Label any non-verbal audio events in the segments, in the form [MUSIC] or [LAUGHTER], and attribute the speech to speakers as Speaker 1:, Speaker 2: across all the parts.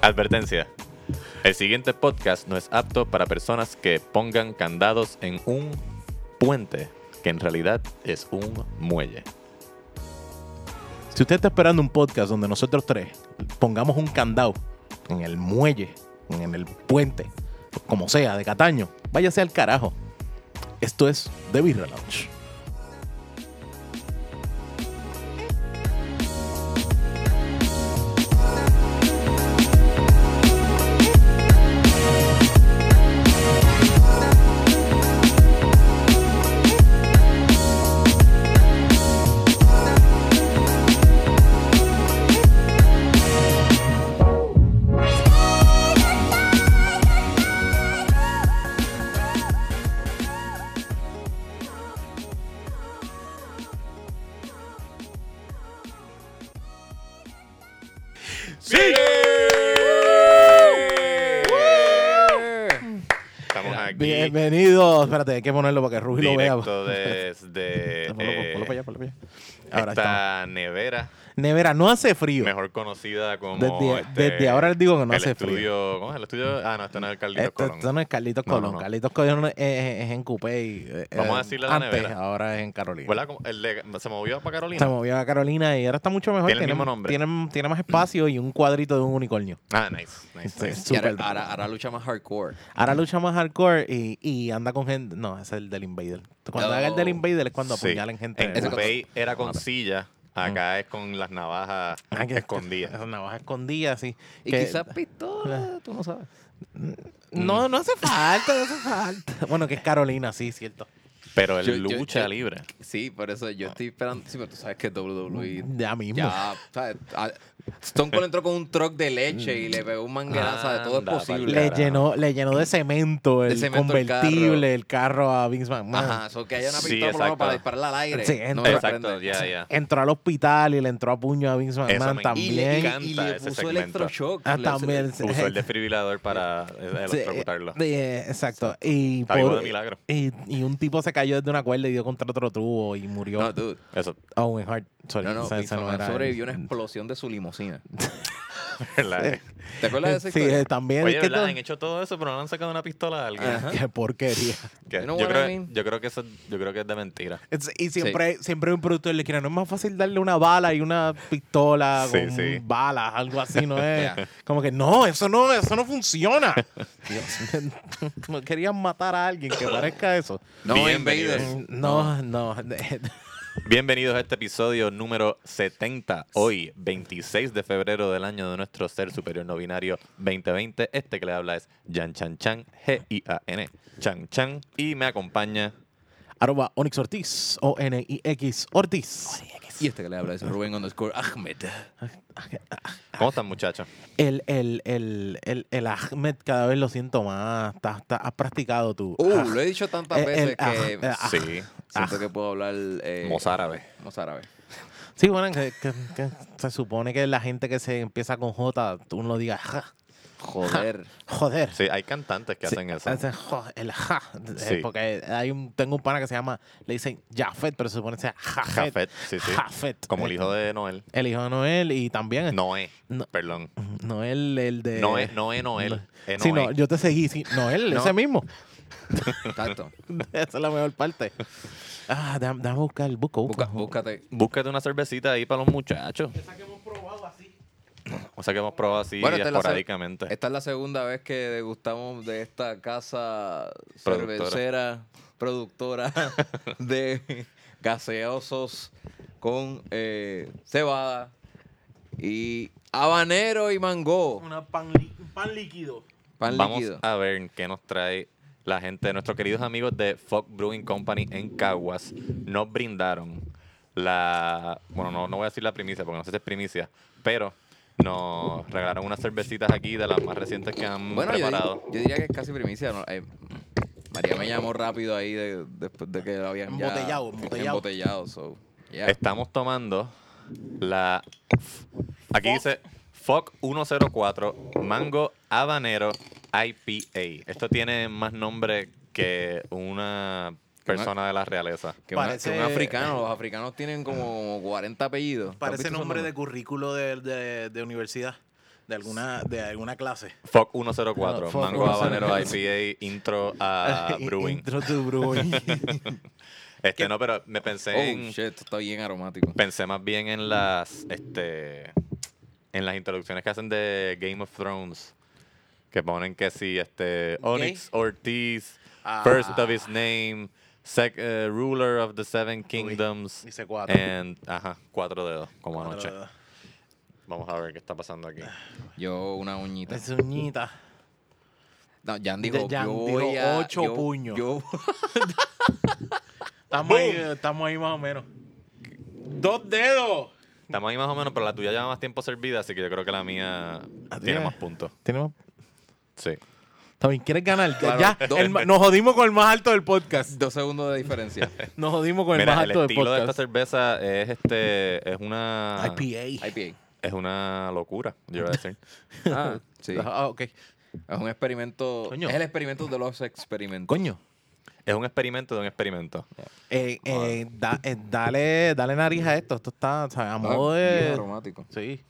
Speaker 1: Advertencia. El siguiente podcast no es apto para personas que pongan candados en un puente, que en realidad es un muelle.
Speaker 2: Si usted está esperando un podcast donde nosotros tres pongamos un candado en el muelle, en el puente, como sea, de Cataño, váyase al carajo. Esto es The Birra Lounge.
Speaker 1: ¡Sí! Estamos aquí.
Speaker 2: Bienvenidos. Espérate, hay que ponerlo para que Ruby lo vea.
Speaker 1: Directo desde
Speaker 2: Ponlo, ponlo, ponlo para allá,
Speaker 1: eh,
Speaker 2: ponlo para allá. Ahora estamos.
Speaker 1: esta nevera,
Speaker 2: Nevera, no hace frío.
Speaker 1: mejor conocida como.
Speaker 2: Desde-
Speaker 1: este,
Speaker 2: desde ahora les digo que no
Speaker 1: el
Speaker 2: hace frío.
Speaker 1: estudio, ¿Cómo es el estudio? Ah, no, esto no es el Carlitos
Speaker 2: Esto,
Speaker 1: Colón.
Speaker 2: esto no es Carlitos
Speaker 1: No,
Speaker 2: Colón.
Speaker 1: no, no.
Speaker 2: Carlitos Colón es, es- es en Coupé. y, eh,
Speaker 1: Vamos a
Speaker 2: eh,
Speaker 1: decirle a la
Speaker 2: antes,
Speaker 1: nevera.
Speaker 2: ahora es en Carolina.
Speaker 1: ¿Verdad? Como el de- se movió para Carolina.
Speaker 2: Se movió a Carolina y ahora está mucho mejor.
Speaker 1: Tiene el mismo nombre.
Speaker 2: Tiene, tiene más espacio y un cuadrito de un unicornio.
Speaker 1: Ah, nice, nice, nice.
Speaker 2: Sí.
Speaker 3: Y ahora,
Speaker 2: Este, Súper
Speaker 3: ahora- ahora lucha más hardcore.
Speaker 2: Ahora lucha más hardcore y, y anda con gente. No, ese es el del Invader. Cuando haga el del
Speaker 3: Oh.
Speaker 2: Invader es cuando
Speaker 1: Sí.
Speaker 2: apuñalen gente.
Speaker 3: En
Speaker 1: En
Speaker 3: Esa
Speaker 1: Coupey era con
Speaker 3: Mata.
Speaker 1: silla, acá es con las navajas
Speaker 2: Ah, [LAUGHS] que-
Speaker 1: escondidas.
Speaker 2: Esas navajas escondidas, sí.
Speaker 3: Y
Speaker 2: Que- [LAUGHS] Mm.
Speaker 3: quizás pistola, tú no sabes.
Speaker 2: No, no hace falta, no hace falta. [LAUGHS] Bueno, que es Carolina, sí, cierto.
Speaker 1: Pero el
Speaker 3: Yo- yo-
Speaker 1: lucha
Speaker 3: yo-
Speaker 1: libre.
Speaker 3: Sí, por eso yo estoy esperando. Sí, pero tú sabes que WWE.
Speaker 2: Ya mismo.
Speaker 3: Ya, ¿sabes? Ah, Stone Cold entró con un truck de leche y le pegó un manguerazo de todo es
Speaker 1: Anda,
Speaker 3: posible.
Speaker 1: pa'l
Speaker 2: Le
Speaker 1: Carajo.
Speaker 2: llenó, le llenó de cemento el
Speaker 3: cemento el
Speaker 2: convertible, el carro. a Vince McMahon.
Speaker 3: Ajá, eso que haya una
Speaker 1: Sí,
Speaker 3: pistola por lo menos
Speaker 1: exacto.
Speaker 3: para dispararla al aire.
Speaker 2: Sí,
Speaker 3: no
Speaker 2: entra-
Speaker 3: me
Speaker 1: Exacto,
Speaker 3: sorprende.
Speaker 1: ya,
Speaker 2: [LAUGHS]
Speaker 1: ya.
Speaker 2: Entró al hospital y le entró a puño a Vince
Speaker 1: Eso
Speaker 2: McMahon
Speaker 1: me
Speaker 2: también.
Speaker 3: Y le, y- y,
Speaker 1: encanta
Speaker 3: le
Speaker 1: ese
Speaker 3: puso
Speaker 1: segmento.
Speaker 3: electroshock.
Speaker 2: Ah,
Speaker 3: le-
Speaker 2: también.
Speaker 1: Usó el desfibrilador para
Speaker 2: Sí,
Speaker 1: electrocutarlo.
Speaker 2: eh, exacto. Y,
Speaker 1: Está vivo de milagro.
Speaker 2: y, y un tipo se cayó desde una cuerda y dio contra otro tubo y murió.
Speaker 3: No, dude.
Speaker 1: Eso,
Speaker 2: Owen Hart. Sorry,
Speaker 3: No, no,
Speaker 2: ese- ese
Speaker 3: Vince
Speaker 2: no
Speaker 3: McMahon
Speaker 2: era
Speaker 3: sobrevivió a
Speaker 2: él.
Speaker 3: una explosión de su limusina.
Speaker 1: [LAUGHS] ¿verdad?
Speaker 2: [LAUGHS]
Speaker 3: ¿Te acuerdas de esa
Speaker 2: Sí,
Speaker 3: historia?
Speaker 2: eh, también.
Speaker 1: Oye,
Speaker 2: es que
Speaker 1: ¿verdad?
Speaker 2: todo-
Speaker 1: Han hecho todo eso, pero no le han sacado una pistola a alguien.
Speaker 3: Ajá.
Speaker 2: [LAUGHS] Qué
Speaker 3: [LAUGHS]
Speaker 2: porquería.
Speaker 1: Que-
Speaker 3: You know
Speaker 1: yo,
Speaker 3: what I
Speaker 1: creo,
Speaker 3: mean?
Speaker 1: yo creo que eso, yo creo que es de mentira.
Speaker 2: Es- y siempre, siempre hay un producto de la esquina. No es más fácil darle una bala y una pistola
Speaker 1: Sí,
Speaker 2: con
Speaker 1: sí.
Speaker 2: balas, algo así, ¿no es?
Speaker 3: [LAUGHS] Ya.
Speaker 2: Como que no, eso no, eso no funciona. [LAUGHS] Dios, [LAUGHS] me- no querían matar a alguien que parezca eso.
Speaker 3: No,
Speaker 1: Bienvenidos.
Speaker 3: Invaders.
Speaker 2: No, no.
Speaker 1: Bienvenidos a este episodio número 70, hoy 26 de febrero del año de nuestro ser superior no binario 2020. Este que le habla es Yan Chan Chan, G-I-A-N, Chan Chan, y me acompaña
Speaker 2: Arroba Onyx Ortiz, O-N-I-X Ortiz.
Speaker 3: Y este que le habla es Rubén underscore Ahmed.
Speaker 1: ¿Cómo están, muchachos?
Speaker 2: El, el, el, el, el Ahmed cada vez lo siento más. Estás- estás- has practicado tú.
Speaker 3: Uh,
Speaker 2: Ah,
Speaker 3: lo he dicho tantas
Speaker 2: Eh,
Speaker 3: veces
Speaker 2: el
Speaker 3: que
Speaker 2: Ahmed, ah.
Speaker 1: Sí,
Speaker 3: siento que puedo hablar eh,
Speaker 1: mozárabe.
Speaker 3: mozárabe.
Speaker 2: Sí, bueno, que, que- que se supone que la gente que se empieza con J, tú no digas ja,
Speaker 3: Joder.
Speaker 2: joder.
Speaker 1: Sí, hay cantantes que
Speaker 2: Sí,
Speaker 1: hacen eso.
Speaker 2: hacen jo- el ja. eh,
Speaker 1: Sí.
Speaker 2: Porque hay un, tengo un pana que se llama, le dicen Jafet, pero se supone que sea Jafet.
Speaker 1: Jafet, sí, sí.
Speaker 2: Jafet.
Speaker 1: Como el hijo de Noel.
Speaker 2: El hijo de Noel y también.
Speaker 1: Noé,
Speaker 2: No.
Speaker 1: perdón.
Speaker 2: Noel, el de.
Speaker 1: Noé, Noé, Noel. Eh,
Speaker 2: Sí, no,
Speaker 1: Noé.
Speaker 2: yo te seguí. Sí, Noel,
Speaker 1: No.
Speaker 2: ese mismo.
Speaker 3: [LAUGHS] Exacto.
Speaker 2: [LAUGHS] Esa es la mejor parte. Ah, déjame, déjame buscar, busco, busco.
Speaker 3: Busca- búscate.
Speaker 1: Búscate una cervecita ahí para los muchachos. Esa que hemos probado así. O sea que hemos probado así
Speaker 3: esta es la se-
Speaker 1: esporádicamente.
Speaker 3: Esta es la segunda vez que degustamos de esta casa
Speaker 1: Productora.
Speaker 3: cervecera, productora [LAUGHS] de gaseosos con eh, cebada y habanero y mango.
Speaker 2: Una pan, pan líquido.
Speaker 3: Pan
Speaker 1: Vamos
Speaker 3: líquido.
Speaker 1: a ver qué nos trae la gente. Nuestros queridos amigos de Fog Brewing Company en Caguas nos brindaron la. Bueno, no, no voy a decir la primicia porque no sé si es primicia, pero nos regalaron unas cervecitas aquí de las más recientes que han
Speaker 3: Bueno, yo,
Speaker 1: preparado.
Speaker 3: di- yo diría que es casi primicia. ¿no? Eh, María me llamó rápido ahí de- después de que lo habían ya
Speaker 2: Embotellado, embotellado.
Speaker 3: embotellado, so, yeah.
Speaker 1: Estamos tomando la. Aquí dice Foc 104 Mango Habanero IPA. Esto tiene más nombre que una persona de la realeza.
Speaker 3: Que, una- que
Speaker 2: Parece-
Speaker 3: un africano, los africanos tienen como 40 apellidos. ¿Tú has
Speaker 2: Parece
Speaker 3: visto esos
Speaker 2: nombre de
Speaker 3: nombres?
Speaker 2: currículo de, de- de universidad. de alguna, de alguna clase.
Speaker 1: Foc 104,
Speaker 2: No, Foc
Speaker 1: Mango
Speaker 2: 104.
Speaker 1: Habanero IPA, intro
Speaker 2: Ah,
Speaker 1: a Brewing.
Speaker 2: [LAUGHS] Intro to [LAUGHS] brewing.
Speaker 1: Este, no, pero me pensé
Speaker 3: Oh,
Speaker 1: en.
Speaker 3: shit, esto está bien aromático.
Speaker 1: Pensé más bien en las. Este. En las introducciones que hacen de Game of Thrones. Que ponen que sí, este. Onyx Ortiz,
Speaker 2: Ah.
Speaker 1: first of his name, sec- eh, ruler of the seven kingdoms.
Speaker 2: Dice cuatro.
Speaker 1: And, ajá, cuatro dedos, como
Speaker 2: Cuatro
Speaker 1: anoche.
Speaker 2: dedos.
Speaker 1: Vamos a ver qué está pasando aquí.
Speaker 3: Yo una uñita.
Speaker 2: Es uñita.
Speaker 3: No, Jan dijo,
Speaker 2: Jan
Speaker 3: yo
Speaker 2: dijo
Speaker 3: voy a-
Speaker 2: ocho
Speaker 3: yo-
Speaker 2: puños.
Speaker 3: Yo,
Speaker 2: Estamos ahí, estamos ahí más o menos. ¡Dos dedos!
Speaker 1: Estamos ahí más o menos, pero la tuya lleva más tiempo servida, así que yo creo que la mía
Speaker 2: Ah,
Speaker 1: tiene
Speaker 2: tiene-
Speaker 1: más puntos.
Speaker 2: Tenemos.
Speaker 1: Sí.
Speaker 2: También quieres ganar.
Speaker 3: Claro,
Speaker 2: ya,
Speaker 3: dos-
Speaker 2: el ma- nos jodimos con el más alto del podcast.
Speaker 3: [LAUGHS] dos segundos de
Speaker 2: [LAUGHS]
Speaker 3: diferencia.
Speaker 2: Nos jodimos con el
Speaker 1: Mira,
Speaker 2: Pues más
Speaker 1: el
Speaker 2: alto del
Speaker 1: estilo de esta
Speaker 2: podcast.
Speaker 1: cerveza es este es una
Speaker 2: IPA.
Speaker 3: IPA.
Speaker 1: es una locura, yo iba a decir.
Speaker 3: Ah, sí.
Speaker 2: Ah, ok.
Speaker 3: Es un experimento.
Speaker 2: Coño.
Speaker 3: Es el experimento de los experimentos.
Speaker 2: Coño.
Speaker 1: es un experimento de un experimento.
Speaker 2: Eh, eh, da- eh, dale, dale nariz a esto. Esto está o sea, a
Speaker 3: Ah,
Speaker 2: modo
Speaker 3: bien
Speaker 2: de.
Speaker 3: aromático.
Speaker 2: Sí.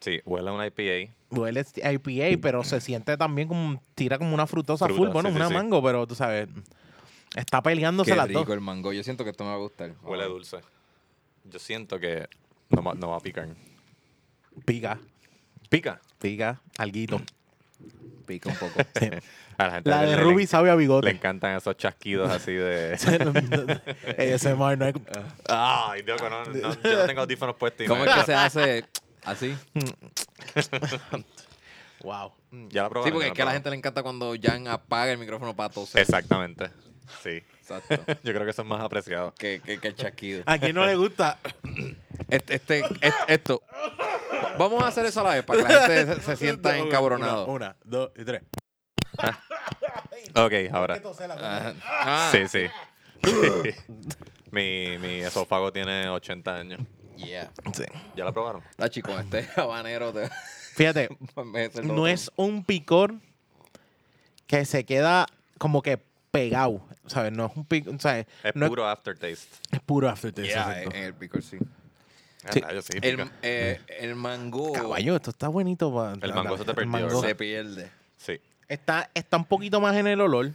Speaker 1: Sí, huele a una IPA.
Speaker 2: Huele a IPA, pero se siente también como. Tira como una frutosa
Speaker 1: Fruta,
Speaker 2: full. Bueno,
Speaker 1: sí, sí,
Speaker 2: una
Speaker 1: sí.
Speaker 2: mango, pero tú sabes. Está peleándose
Speaker 3: Qué
Speaker 2: las
Speaker 3: rico
Speaker 2: dos.
Speaker 3: el mango. Yo siento que esto me va a gustar.
Speaker 1: Huele a dulce. Yo siento que no, va- no va a picar.
Speaker 2: Pica,
Speaker 1: Pica.
Speaker 2: pica, alguito.
Speaker 3: Pica un poco.
Speaker 2: Sí.
Speaker 1: A la gente
Speaker 2: La
Speaker 1: le-
Speaker 2: de
Speaker 1: le-
Speaker 2: Ruby
Speaker 1: le,
Speaker 2: sabe a
Speaker 1: le
Speaker 2: [LAUGHS] bigote.
Speaker 1: encantan esos chasquidos así de [LAUGHS]
Speaker 3: [LAUGHS]
Speaker 2: Ese mar no es.
Speaker 3: Ah.
Speaker 1: Ay, Dios, no, no, yo no tengo audífonos puestos y
Speaker 3: ¿Cómo
Speaker 1: no-
Speaker 3: es que se hace así?
Speaker 2: Wow.
Speaker 1: [LAUGHS] ya la probé.
Speaker 3: Sí, porque es que a la gente le encanta cuando Jan apaga el micrófono para toser.
Speaker 1: Exactamente. Sí. [LAUGHS]
Speaker 3: Exacto.
Speaker 1: Yo creo que son más apreciados.
Speaker 3: que, que, que el chasquido.
Speaker 2: ¿A quién no le gusta?
Speaker 3: Este, este, es- esto. Vamos a hacer eso a la vez para que la gente se,
Speaker 2: [LAUGHS]
Speaker 3: se sienta encabronado.
Speaker 2: Una, una, dos y tres.
Speaker 1: Ok, ahora.
Speaker 3: Ajá. Ah,
Speaker 1: Sí, sí. [LAUGHS] Sí. mi, mi esófago tiene 80 años.
Speaker 3: yeah.
Speaker 2: Sí.
Speaker 1: ¿Ya la probaron?
Speaker 3: Ah, chico, este [LAUGHS] habanero te
Speaker 2: Fíjate,
Speaker 3: me hace loco.
Speaker 2: no es un picor que se queda como que pegado. ¿Sabes? No es un picor. ¿sabes?
Speaker 1: Es
Speaker 2: no
Speaker 1: puro aftertaste.
Speaker 2: Es, es puro aftertaste.
Speaker 3: Yeah,
Speaker 2: exacto.
Speaker 3: en el picor, sí.
Speaker 1: Ah,
Speaker 2: Sí.
Speaker 1: rayos, sí,
Speaker 3: El,
Speaker 1: pica.
Speaker 3: eh, el mango
Speaker 2: Caballo, esto está bonito. pa-
Speaker 1: El mango se te perdió,
Speaker 2: mango-
Speaker 1: ¿verdad?
Speaker 3: se pierde.
Speaker 1: Sí.
Speaker 2: Está, está un poquito más en el olor.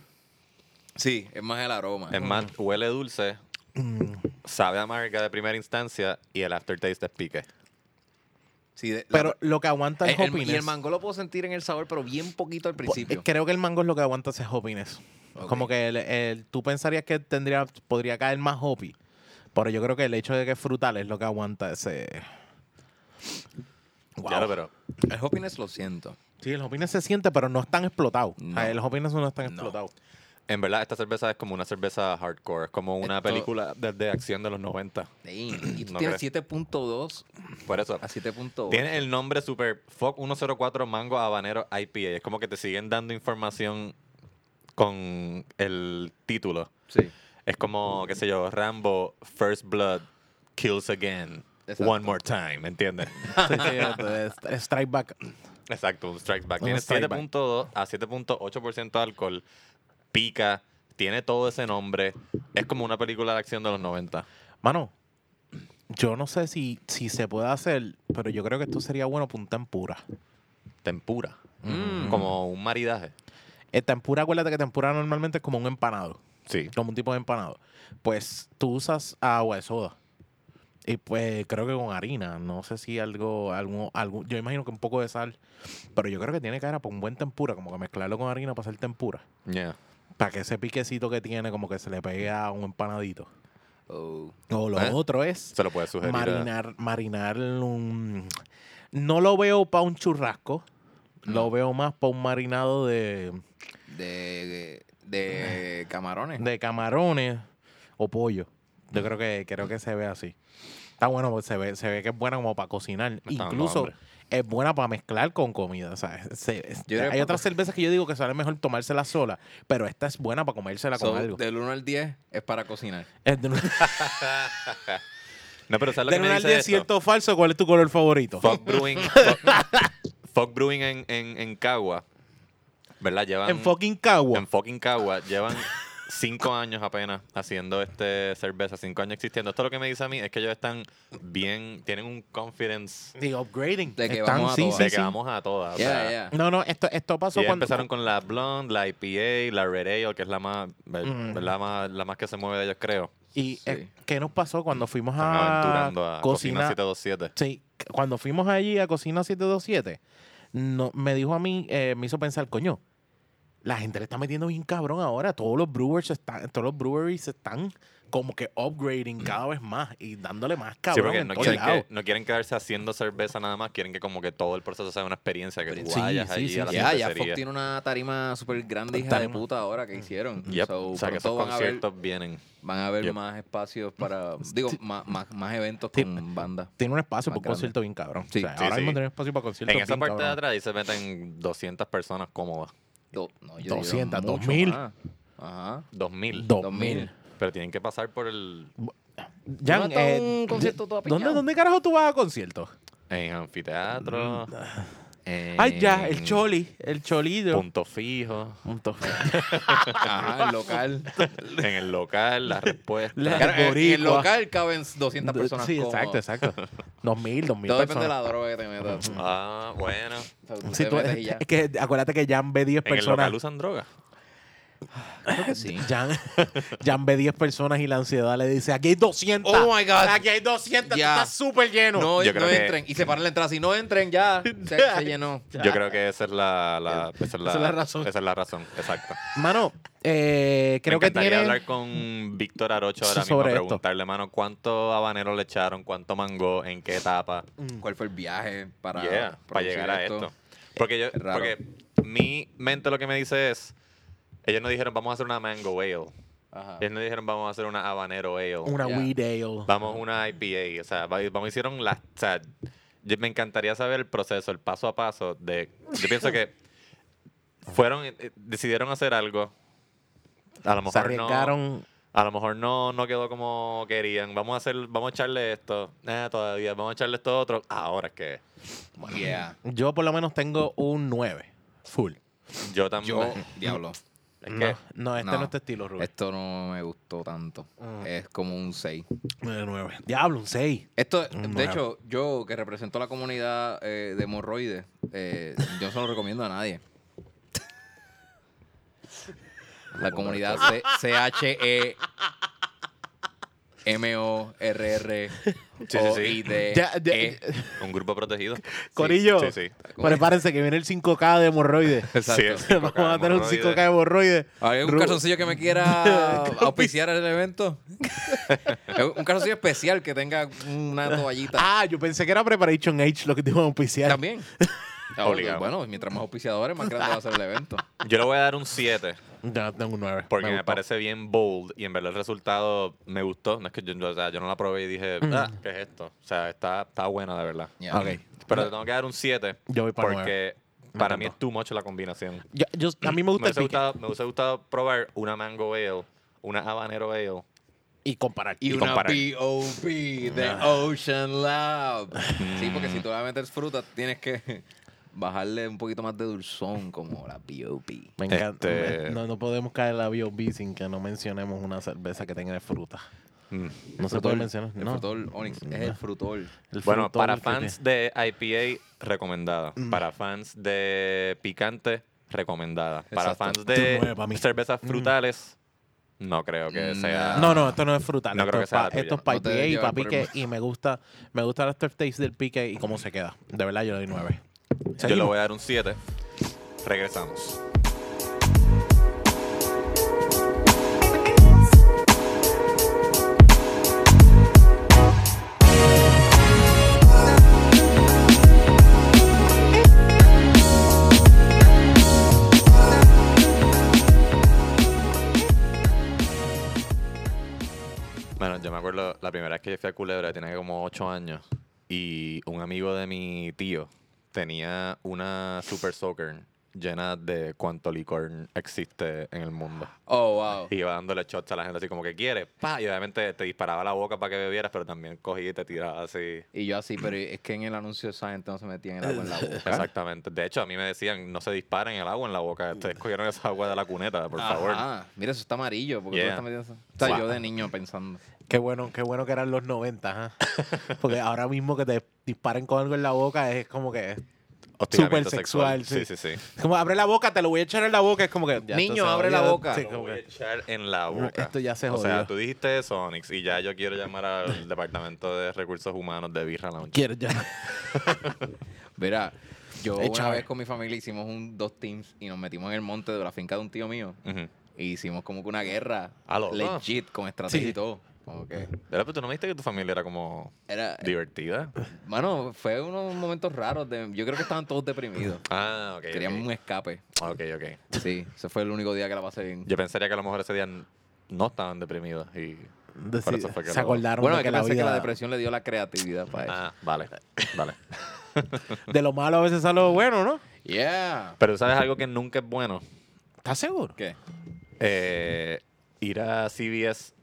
Speaker 3: Sí, es más el aroma. Mm.
Speaker 1: Es más, huele dulce, sabe a marca de primera instancia y el aftertaste es pique.
Speaker 3: Sí, de- la-
Speaker 2: Pero lo que aguanta
Speaker 3: Eh, el-
Speaker 2: es
Speaker 3: el-
Speaker 2: hoppiness.
Speaker 3: y el mango lo puedo sentir en el sabor, pero bien poquito al
Speaker 2: Po-
Speaker 3: principio.
Speaker 2: eh, Creo que el mango es lo que aguanta ese hoppiness.
Speaker 3: Ok.
Speaker 2: Como que el- el- tú pensarías que tendría, podría caer más hoppy. Pero yo creo que el hecho de que es frutal es lo que aguanta ese. Wow.
Speaker 1: Claro, pero
Speaker 3: El hoppiness lo siento.
Speaker 2: Sí, el hoppiness se siente, pero no es tan explotado.
Speaker 3: No.
Speaker 2: O sea, el hoppiness no es tan
Speaker 3: No.
Speaker 2: explotado.
Speaker 1: en verdad esta cerveza es como una cerveza hardcore. Es como una
Speaker 3: Esto-
Speaker 1: película de, de acción de los 90.
Speaker 3: Damn. Y tú
Speaker 1: No
Speaker 3: tienes
Speaker 1: crees.
Speaker 3: 7.2
Speaker 1: Por eso.
Speaker 3: a 7.1.
Speaker 1: Tiene el nombre super Foc 104 Mango Habanero IPA. Es como que te siguen dando información con el título.
Speaker 3: Sí.
Speaker 1: Es como, qué sé yo, Rambo, First Blood, Kills Again,
Speaker 3: Exacto.
Speaker 1: One More Time, ¿entiendes?
Speaker 2: [LAUGHS] Sí, sí, es- es Strike back.
Speaker 1: Exacto, un Strikes Back.
Speaker 2: Un
Speaker 1: Tiene
Speaker 2: Strike Back.
Speaker 1: 7.2 a 7.8% de alcohol, pica, tiene todo ese nombre. Es como una película de acción de los 90.
Speaker 2: Mano, yo no sé si, si se puede hacer, pero yo creo que esto sería bueno para un tempura.
Speaker 1: Tempura.
Speaker 3: Mm.
Speaker 1: Como un maridaje.
Speaker 2: El tempura, acuérdate que tempura normalmente es como un empanado.
Speaker 1: Sí.
Speaker 2: como un tipo de empanado. Pues tú usas agua de soda. Y pues creo que con harina, no sé si algo, algún, algún, yo imagino que un poco de sal, pero yo creo que tiene cara para un buen tempura, como que mezclarlo con harina para hacer tempura,
Speaker 1: Yeah.
Speaker 2: para que ese piquecito que tiene como que se le pegue a un empanadito.
Speaker 3: Oh.
Speaker 2: O lo
Speaker 1: Eh,
Speaker 2: otro es
Speaker 1: Se lo puedes sugerir. a-
Speaker 2: marinar, marinar un, no lo veo para un churrasco, lo veo más para un marinado de,
Speaker 3: De, de
Speaker 1: Eh.
Speaker 3: camarones.
Speaker 2: de camarones o pollo. Yo creo que creo que se ve así. Está bueno, pues, se ve, se ve que es buena como para cocinar.
Speaker 1: está dando
Speaker 2: Incluso
Speaker 1: hambre.
Speaker 2: es buena para mezclar con comida. ¿sabes? Se- es-
Speaker 3: creo que
Speaker 2: hay
Speaker 3: para
Speaker 2: otras cervezas que yo digo que sale mejor tomársela sola, pero esta es buena para comérsela
Speaker 3: So,
Speaker 2: con algo.
Speaker 3: del 1 al 10 es para cocinar.
Speaker 2: Es
Speaker 1: [LAUGHS]
Speaker 2: De,
Speaker 1: No, pero ¿sabes
Speaker 2: de
Speaker 1: lo que
Speaker 2: un
Speaker 1: me
Speaker 2: al
Speaker 1: dice
Speaker 2: diez,
Speaker 1: esto?
Speaker 2: cierto o falso, ¿cuál es tu color favorito?
Speaker 1: Fog Brewing.
Speaker 2: [LAUGHS]
Speaker 1: Fog- Fog Brewing en, en, en Cagua. ¿Verdad? Llevan.
Speaker 2: En fucking Cagua.
Speaker 1: en fucking Cagua. Llevan cinco años apenas haciendo este cerveza, cinco años existiendo. Esto lo que me dice a mí es que ellos están bien, tienen un confidence
Speaker 2: The upgrading.
Speaker 3: De que
Speaker 2: Están-
Speaker 3: vamos a
Speaker 2: sí,
Speaker 3: todas.
Speaker 2: sí,
Speaker 1: de que
Speaker 2: sí.
Speaker 1: vamos a todas. o sea,
Speaker 3: Yeah, yeah.
Speaker 2: No, no, esto, esto pasó
Speaker 1: Y ellos
Speaker 2: cuando.
Speaker 1: empezaron con la blonde, la IPA, la red ale, que es la más, ver-
Speaker 2: Mm.
Speaker 1: ¿verdad? más, la más que se mueve de ellos, creo.
Speaker 2: ¿Y
Speaker 3: Sí.
Speaker 2: eh, qué nos pasó cuando fuimos
Speaker 1: Están
Speaker 2: a,
Speaker 1: aventurando a Cocina
Speaker 2: Ah, cocina?
Speaker 1: 727.
Speaker 2: Sí, c- cuando fuimos allí a Cocina 727, no, me dijo a mí, eh, me hizo pensar, coño, la gente le está metiendo bien cabrón ahora. Todos los brewers están, todos los breweries están como que upgrading cada vez más y dándole más
Speaker 1: sí,
Speaker 2: cabrón
Speaker 1: porque
Speaker 2: en
Speaker 1: no
Speaker 2: todos
Speaker 1: quieren,
Speaker 2: lados.
Speaker 1: que- no quieren quedarse haciendo cerveza nada más, quieren que como que todo el proceso sea una experiencia, que tú
Speaker 2: Sí,
Speaker 1: vayas
Speaker 2: sí,
Speaker 1: allí
Speaker 2: sí,
Speaker 1: a la
Speaker 2: sí.
Speaker 3: Ya, ya
Speaker 1: cervecería.
Speaker 3: Fox tiene una tarima súper grande, hija de
Speaker 2: Tarima.
Speaker 3: puta, ahora que hicieron.
Speaker 1: Mm. Yep.
Speaker 3: So,
Speaker 1: o sea, que
Speaker 3: pronto
Speaker 1: esos
Speaker 3: van a ver,
Speaker 1: conciertos vienen.
Speaker 3: van a ver
Speaker 1: Yep.
Speaker 3: más espacios para, digo, más, más, más eventos
Speaker 2: Sí.
Speaker 3: con bandas.
Speaker 2: Tiene un espacio
Speaker 3: Más
Speaker 2: para un
Speaker 3: grande.
Speaker 2: concierto bien cabrón.
Speaker 3: Sí.
Speaker 2: O sea,
Speaker 1: Sí,
Speaker 2: ahora
Speaker 1: sí.
Speaker 2: mismo tiene espacio para conciertos
Speaker 1: En esa
Speaker 2: bien
Speaker 1: parte de
Speaker 2: cabrones.
Speaker 1: atrás ahí se meten 200 personas cómodas,
Speaker 3: Do- no, yo
Speaker 2: 200,
Speaker 3: diría mucho
Speaker 2: 2000.
Speaker 3: más. Ajá.
Speaker 1: 2000.
Speaker 2: Dos
Speaker 3: Dos
Speaker 2: mil.
Speaker 3: mil.
Speaker 1: Pero tienen que pasar por el
Speaker 2: Jan,
Speaker 3: no está
Speaker 2: eh,
Speaker 3: un concierto todo
Speaker 2: ¿dónde,
Speaker 3: apiñado?
Speaker 2: ¿Dónde carajo tú vas a conciertos?
Speaker 1: en anfiteatro.
Speaker 2: Mm,
Speaker 3: Eh,
Speaker 2: Ay, ya, el
Speaker 1: en
Speaker 2: Choli, el Choli. de-
Speaker 1: Punto fijo.
Speaker 2: Punto.
Speaker 3: Ajá, el local.
Speaker 1: en el local,
Speaker 2: [LAUGHS]
Speaker 1: la respuesta.
Speaker 2: La-
Speaker 3: Claro, en- en el
Speaker 2: boricua.
Speaker 3: local caben 200 personas.
Speaker 2: Sí,
Speaker 3: cómodas.
Speaker 2: exacto, exacto. [LAUGHS] Dos mil, dos mil
Speaker 3: Todo depende
Speaker 2: personas.
Speaker 3: de la droga que te metas.
Speaker 1: Ah, bueno.
Speaker 3: O sea, tú
Speaker 2: Sí,
Speaker 3: te
Speaker 2: tú-
Speaker 3: metes y
Speaker 2: [LAUGHS]
Speaker 3: ya.
Speaker 2: es que acuérdate que Jan ve 10
Speaker 1: En el local
Speaker 2: personas.
Speaker 1: usan droga.
Speaker 3: Creo que [LAUGHS] sí.
Speaker 2: Jan, [LAUGHS] Jan ve 10 personas y la ansiedad le dice, aquí hay 200.
Speaker 3: Oh my God.
Speaker 2: Aquí hay 200,
Speaker 3: Ya.
Speaker 2: tú estás súper lleno.
Speaker 3: No,
Speaker 1: Yo
Speaker 3: no
Speaker 1: creo que-
Speaker 3: entren. Y se paran la entrada. Si no entren, ya se, se llenó.
Speaker 1: Yo creo que esa es la, la- esa es la,
Speaker 2: la razón.
Speaker 1: Esa es la razón,
Speaker 2: [LAUGHS]
Speaker 1: exacto.
Speaker 2: Mano, eh, creo
Speaker 1: Me
Speaker 2: que
Speaker 1: encantaría
Speaker 2: tiene...
Speaker 1: hablar con Víctor Arocho ahora mismo,
Speaker 2: [LAUGHS] Sobre esto.
Speaker 1: preguntarle, mano, cuánto habanero le echaron, cuánto mango, en qué etapa,
Speaker 3: ¿Cuál fue el viaje para,
Speaker 1: Yeah, para
Speaker 3: producir
Speaker 1: llegar a esto. Porque, yo,
Speaker 3: Es raro.
Speaker 1: porque mi mente lo que me dice es, ellos no dijeron, vamos a hacer una mango ale.
Speaker 3: Ajá.
Speaker 1: Ellos no dijeron, vamos a hacer una habanero ale.
Speaker 2: Una
Speaker 3: Ya.
Speaker 2: weed ale.
Speaker 1: Vamos una IPA, o sea, va- vamos hicieron las, o sea, yo- me encantaría saber el proceso, el paso a paso de, yo pienso que fueron, eh, decidieron hacer algo, a lo
Speaker 2: Se
Speaker 1: mejor no,
Speaker 2: arriesgaron.
Speaker 1: a lo mejor no, no quedó como querían, vamos a hacer, vamos a echarle esto, eh, todavía, vamos a echarle esto otro, ahora es que,
Speaker 3: Yeah.
Speaker 2: Yo por lo menos tengo un 9. Full.
Speaker 1: yo también,
Speaker 3: Yo, [LAUGHS] diablo.
Speaker 1: es
Speaker 2: no,
Speaker 1: que,
Speaker 2: no, este no,
Speaker 3: no.
Speaker 2: es tu estilo, Rubén.
Speaker 3: Esto no me gustó tanto. Es como un 6.
Speaker 2: De 9. Diablo, un 6.
Speaker 3: Esto,
Speaker 2: Bueno.
Speaker 3: de hecho, yo que represento a la comunidad eh, de hemorroides, eh, yo se lo recomiendo a nadie. La comunidad C- E C-H-E.
Speaker 1: Sí, sí, sí.
Speaker 3: M-O-R-R-O-I-D.
Speaker 2: Ya, ya, eh,
Speaker 3: E.
Speaker 1: un grupo protegido. Sí,
Speaker 2: [LAUGHS] Corillo.
Speaker 1: Sí, sí.
Speaker 2: Prepárense que viene el 5K
Speaker 1: [LAUGHS]
Speaker 2: de hemorroides.
Speaker 1: Sí,
Speaker 3: Exacto.
Speaker 1: es
Speaker 2: Vamos a tener un 5K de hemorroides.
Speaker 3: ¿Hay un
Speaker 2: Ru-
Speaker 3: calzoncillo que me
Speaker 2: [LAUGHS]
Speaker 3: quiera auspiciar el evento? [LAUGHS] Es un calzoncillo especial que tenga una toallita.
Speaker 2: Ah, yo pensé que era Preparation H lo que te iban a auspiciar. [LAUGHS]
Speaker 3: También. Ah,
Speaker 1: Obligado.
Speaker 3: Bueno, mientras más auspiciadores, más grande va a ser el evento.
Speaker 1: Yo le voy a dar un 7.
Speaker 2: Ya tengo un 9.
Speaker 1: Porque me,
Speaker 2: gustó.
Speaker 1: parece bien bold y en verdad el resultado me gustó. No es que yo, yo- o sea, yo no la probé y dije, ah, ¿qué es esto? O sea, está, está buena de verdad.
Speaker 3: Ya.
Speaker 2: Ok.
Speaker 1: Pero le tengo que dar un 7
Speaker 2: Yo voy para
Speaker 1: porque para mí es too much la combinación.
Speaker 2: Yo- yo- a mí me gusta el
Speaker 1: hubiese
Speaker 2: pique
Speaker 1: gustado, me hubiese gustado probar una mango ale, una habanero ale.
Speaker 2: y comparar.
Speaker 3: Y,
Speaker 1: Y
Speaker 3: una
Speaker 1: comparar.
Speaker 3: POP de Ocean Lab. Sí, porque si tú la metes fruta, tienes que [LAUGHS] bajarle un poquito más de dulzón, como la POP.
Speaker 2: me encanta.
Speaker 1: Este-
Speaker 2: me- No, no podemos caer la B.O.B. sin que no mencionemos una cerveza que tenga de fruta.
Speaker 1: Mm.
Speaker 2: No se puede mencionar.
Speaker 3: El
Speaker 2: no.
Speaker 3: frutol Onyx, es el frutol.
Speaker 2: El
Speaker 1: Bueno,
Speaker 2: frutol
Speaker 1: para
Speaker 2: que
Speaker 1: fans de IPA, recomendada.
Speaker 3: Mm.
Speaker 1: Para fans de picante, recomendada. Para
Speaker 3: Exacto.
Speaker 1: fans
Speaker 2: Tú nueve
Speaker 1: de
Speaker 2: pa' mí.
Speaker 1: cervezas frutales, no creo que
Speaker 3: Mm.
Speaker 1: sea.
Speaker 2: tiene- Mm. No, no, esto no es frutal.
Speaker 1: No
Speaker 2: esto,
Speaker 1: creo
Speaker 2: es
Speaker 1: que sea
Speaker 2: pa-
Speaker 1: la tuya.
Speaker 2: esto es
Speaker 3: No te
Speaker 2: para
Speaker 3: dejes
Speaker 2: IPA y para
Speaker 3: llevar por el
Speaker 2: pique. Y me gusta, me gusta el aftertaste del pique y cómo se queda. De verdad, yo le doy 9.
Speaker 1: Yo le voy a dar un 7. Regresamos. Bueno, yo me acuerdo la primera vez que yo fui a Culebra, tenía como 8 años, y un amigo de mi tío tenía una Super Soaker llena de cuánto licor existe en el mundo.
Speaker 3: Oh, wow.
Speaker 1: Y iba dándole shots a la gente así como que quiere. Pa, y obviamente te disparaba la boca para que bebieras, pero también cogí y te tiraba así.
Speaker 3: Y yo así, pero es que en el anuncio esa gente no se metía en el agua
Speaker 2: [LAUGHS]
Speaker 3: en la boca.
Speaker 1: Exactamente. De hecho, a mí me decían, no se disparen el agua en la boca. Ustedes cogieron esa agua de la cuneta, por favor.
Speaker 3: Ah, mira, eso está amarillo. Porque tú
Speaker 1: Yeah.
Speaker 3: estás metiendo eso. O sea,
Speaker 1: Wow.
Speaker 3: yo de niño pensando.
Speaker 2: Qué bueno, qué bueno que eran los
Speaker 1: [LAUGHS]
Speaker 2: 90, ajá. Porque ahora mismo que te disparen con algo en la boca es como que.
Speaker 1: Hostigamiento
Speaker 2: Súper sexual, sí.
Speaker 1: Sí, sí, sí.
Speaker 2: es como abre la boca, te lo voy a echar en la boca. Es como que.
Speaker 3: Ya,
Speaker 2: niño,
Speaker 3: esto se
Speaker 2: abre la
Speaker 3: jodió.
Speaker 2: boca.
Speaker 3: Sí,
Speaker 1: Lo
Speaker 2: Es como
Speaker 1: voy a
Speaker 2: que-
Speaker 1: echar en la boca.
Speaker 2: Esto ya se
Speaker 1: O sea,
Speaker 2: jodió.
Speaker 1: tú dijiste Sonics y ya yo quiero llamar al [LAUGHS] Departamento de Recursos Humanos de Birra Lounge.
Speaker 2: Quiero ya.
Speaker 1: [LAUGHS]
Speaker 3: Verá, yo una
Speaker 2: Échame.
Speaker 3: vez con mi familia hicimos un, dos teams y nos metimos en el monte de la finca de un tío mío.
Speaker 1: Ujú.
Speaker 3: Y hicimos como que una guerra
Speaker 1: A lo-
Speaker 3: legit con estrategia
Speaker 2: Sí.
Speaker 3: y todo. Como que
Speaker 1: Pero pero tú no me dijiste que tu familia era como
Speaker 3: era,
Speaker 1: divertida.
Speaker 3: bueno, fue unos momentos raros. De, yo creo que estaban todos deprimidos.
Speaker 1: Ah, [LAUGHS] ok.
Speaker 3: Queríamos un
Speaker 1: ok.
Speaker 3: escape.
Speaker 1: Ok, ok.
Speaker 3: Sí, ese fue el único día que la pasé bien.
Speaker 1: Yo pensaría que a lo mejor ese día n- no estaban deprimidos y por eso fue que
Speaker 2: se
Speaker 1: lo-
Speaker 2: acordaron
Speaker 3: Bueno,
Speaker 2: de
Speaker 3: es
Speaker 2: que
Speaker 3: que
Speaker 2: la
Speaker 3: pensé
Speaker 2: vida.
Speaker 3: que la depresión le dio la creatividad para eso.
Speaker 1: Ah, vale, vale.
Speaker 2: De lo malo a veces sale lo bueno, ¿no?
Speaker 3: Yeah.
Speaker 1: [LAUGHS] Pero ¿sabes algo que nunca es bueno?
Speaker 2: ¿Estás seguro?
Speaker 3: ¿Qué?
Speaker 1: Eh, ir a CVS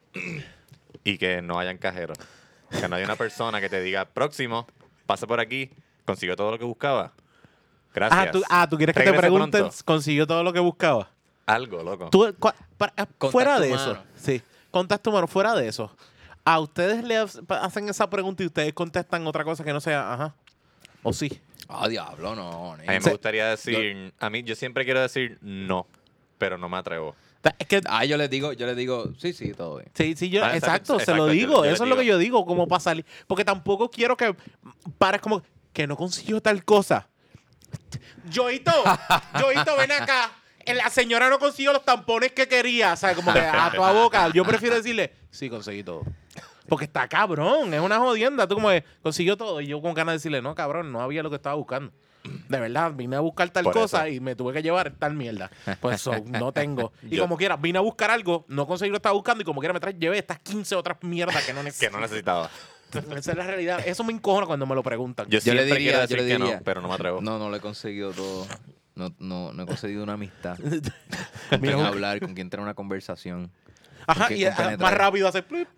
Speaker 1: y que no hayan cajeros. Que no haya una persona que te diga, próximo, pasa por aquí, consiguió todo lo que buscaba. Gracias.
Speaker 2: Ah tú, ah, tú quieres que te
Speaker 1: Regrese
Speaker 2: pregunten,
Speaker 1: pronto.
Speaker 2: consiguió todo lo que buscaba.
Speaker 1: Algo, loco.
Speaker 2: Tú, cua- para- ah, fuera de
Speaker 3: humano.
Speaker 2: eso, sí, contacto humano, fuera de eso. A ustedes le ha- pa- hacen esa pregunta y ustedes contestan otra cosa que no sea, ajá, o sí.
Speaker 3: Ah, diablo, no.
Speaker 1: A mí
Speaker 3: niño.
Speaker 1: me gustaría decir, a mí yo siempre quiero decir no, pero no me atrevo.
Speaker 2: Ta- Es que,
Speaker 3: Ah, yo les digo, yo les digo, sí, sí, todo bien.
Speaker 2: sí, sí, yo,
Speaker 1: Ah,
Speaker 2: exacto,
Speaker 1: exacto,
Speaker 2: se
Speaker 1: exacto,
Speaker 2: lo
Speaker 1: yo-
Speaker 2: digo,
Speaker 1: yo les
Speaker 2: eso es lo que
Speaker 1: digo.
Speaker 2: yo digo, como para salir. Porque tampoco quiero que pares como, que no consiguió tal cosa. Joito, Joito, ven acá. La señora no consiguió los tampones que quería, o sea, como que a tu boca. Yo prefiero decirle, sí, conseguí todo. Porque está cabrón, es una jodienda. Tú como que consiguió todo. Y yo con ganas de decirle, no, cabrón, no había lo que estaba buscando. De verdad, vine a buscar tal
Speaker 1: Por
Speaker 2: cosa
Speaker 1: eso.
Speaker 2: y me tuve que llevar tal mierda. Pues so, no tengo. Y
Speaker 1: Yo-
Speaker 2: como quiera, vine a buscar algo, no conseguí lo que estaba buscando y como quiera me trae, llevé estas 15 otras mierdas
Speaker 1: [LAUGHS]
Speaker 2: que no
Speaker 1: Que
Speaker 2: necesito.
Speaker 1: no necesitaba.
Speaker 2: [LAUGHS] Esa es la realidad. Eso me encojona cuando me lo preguntan. [LAUGHS]
Speaker 1: Yo,
Speaker 3: Yo le
Speaker 1: siempre
Speaker 3: diría,
Speaker 1: quiero
Speaker 3: yo
Speaker 1: decir
Speaker 3: le
Speaker 1: que
Speaker 3: diría.
Speaker 1: no, pero no me atrevo.
Speaker 3: No, no lo he conseguido todo. No, no, no he conseguido
Speaker 2: [LAUGHS]
Speaker 3: una amistad. Con
Speaker 2: Mira,
Speaker 3: quién
Speaker 2: un-
Speaker 3: hablar, con quien tener una conversación.
Speaker 2: Ajá,
Speaker 3: que
Speaker 2: y ah, más
Speaker 3: compenetrar.
Speaker 2: rápido hace plip,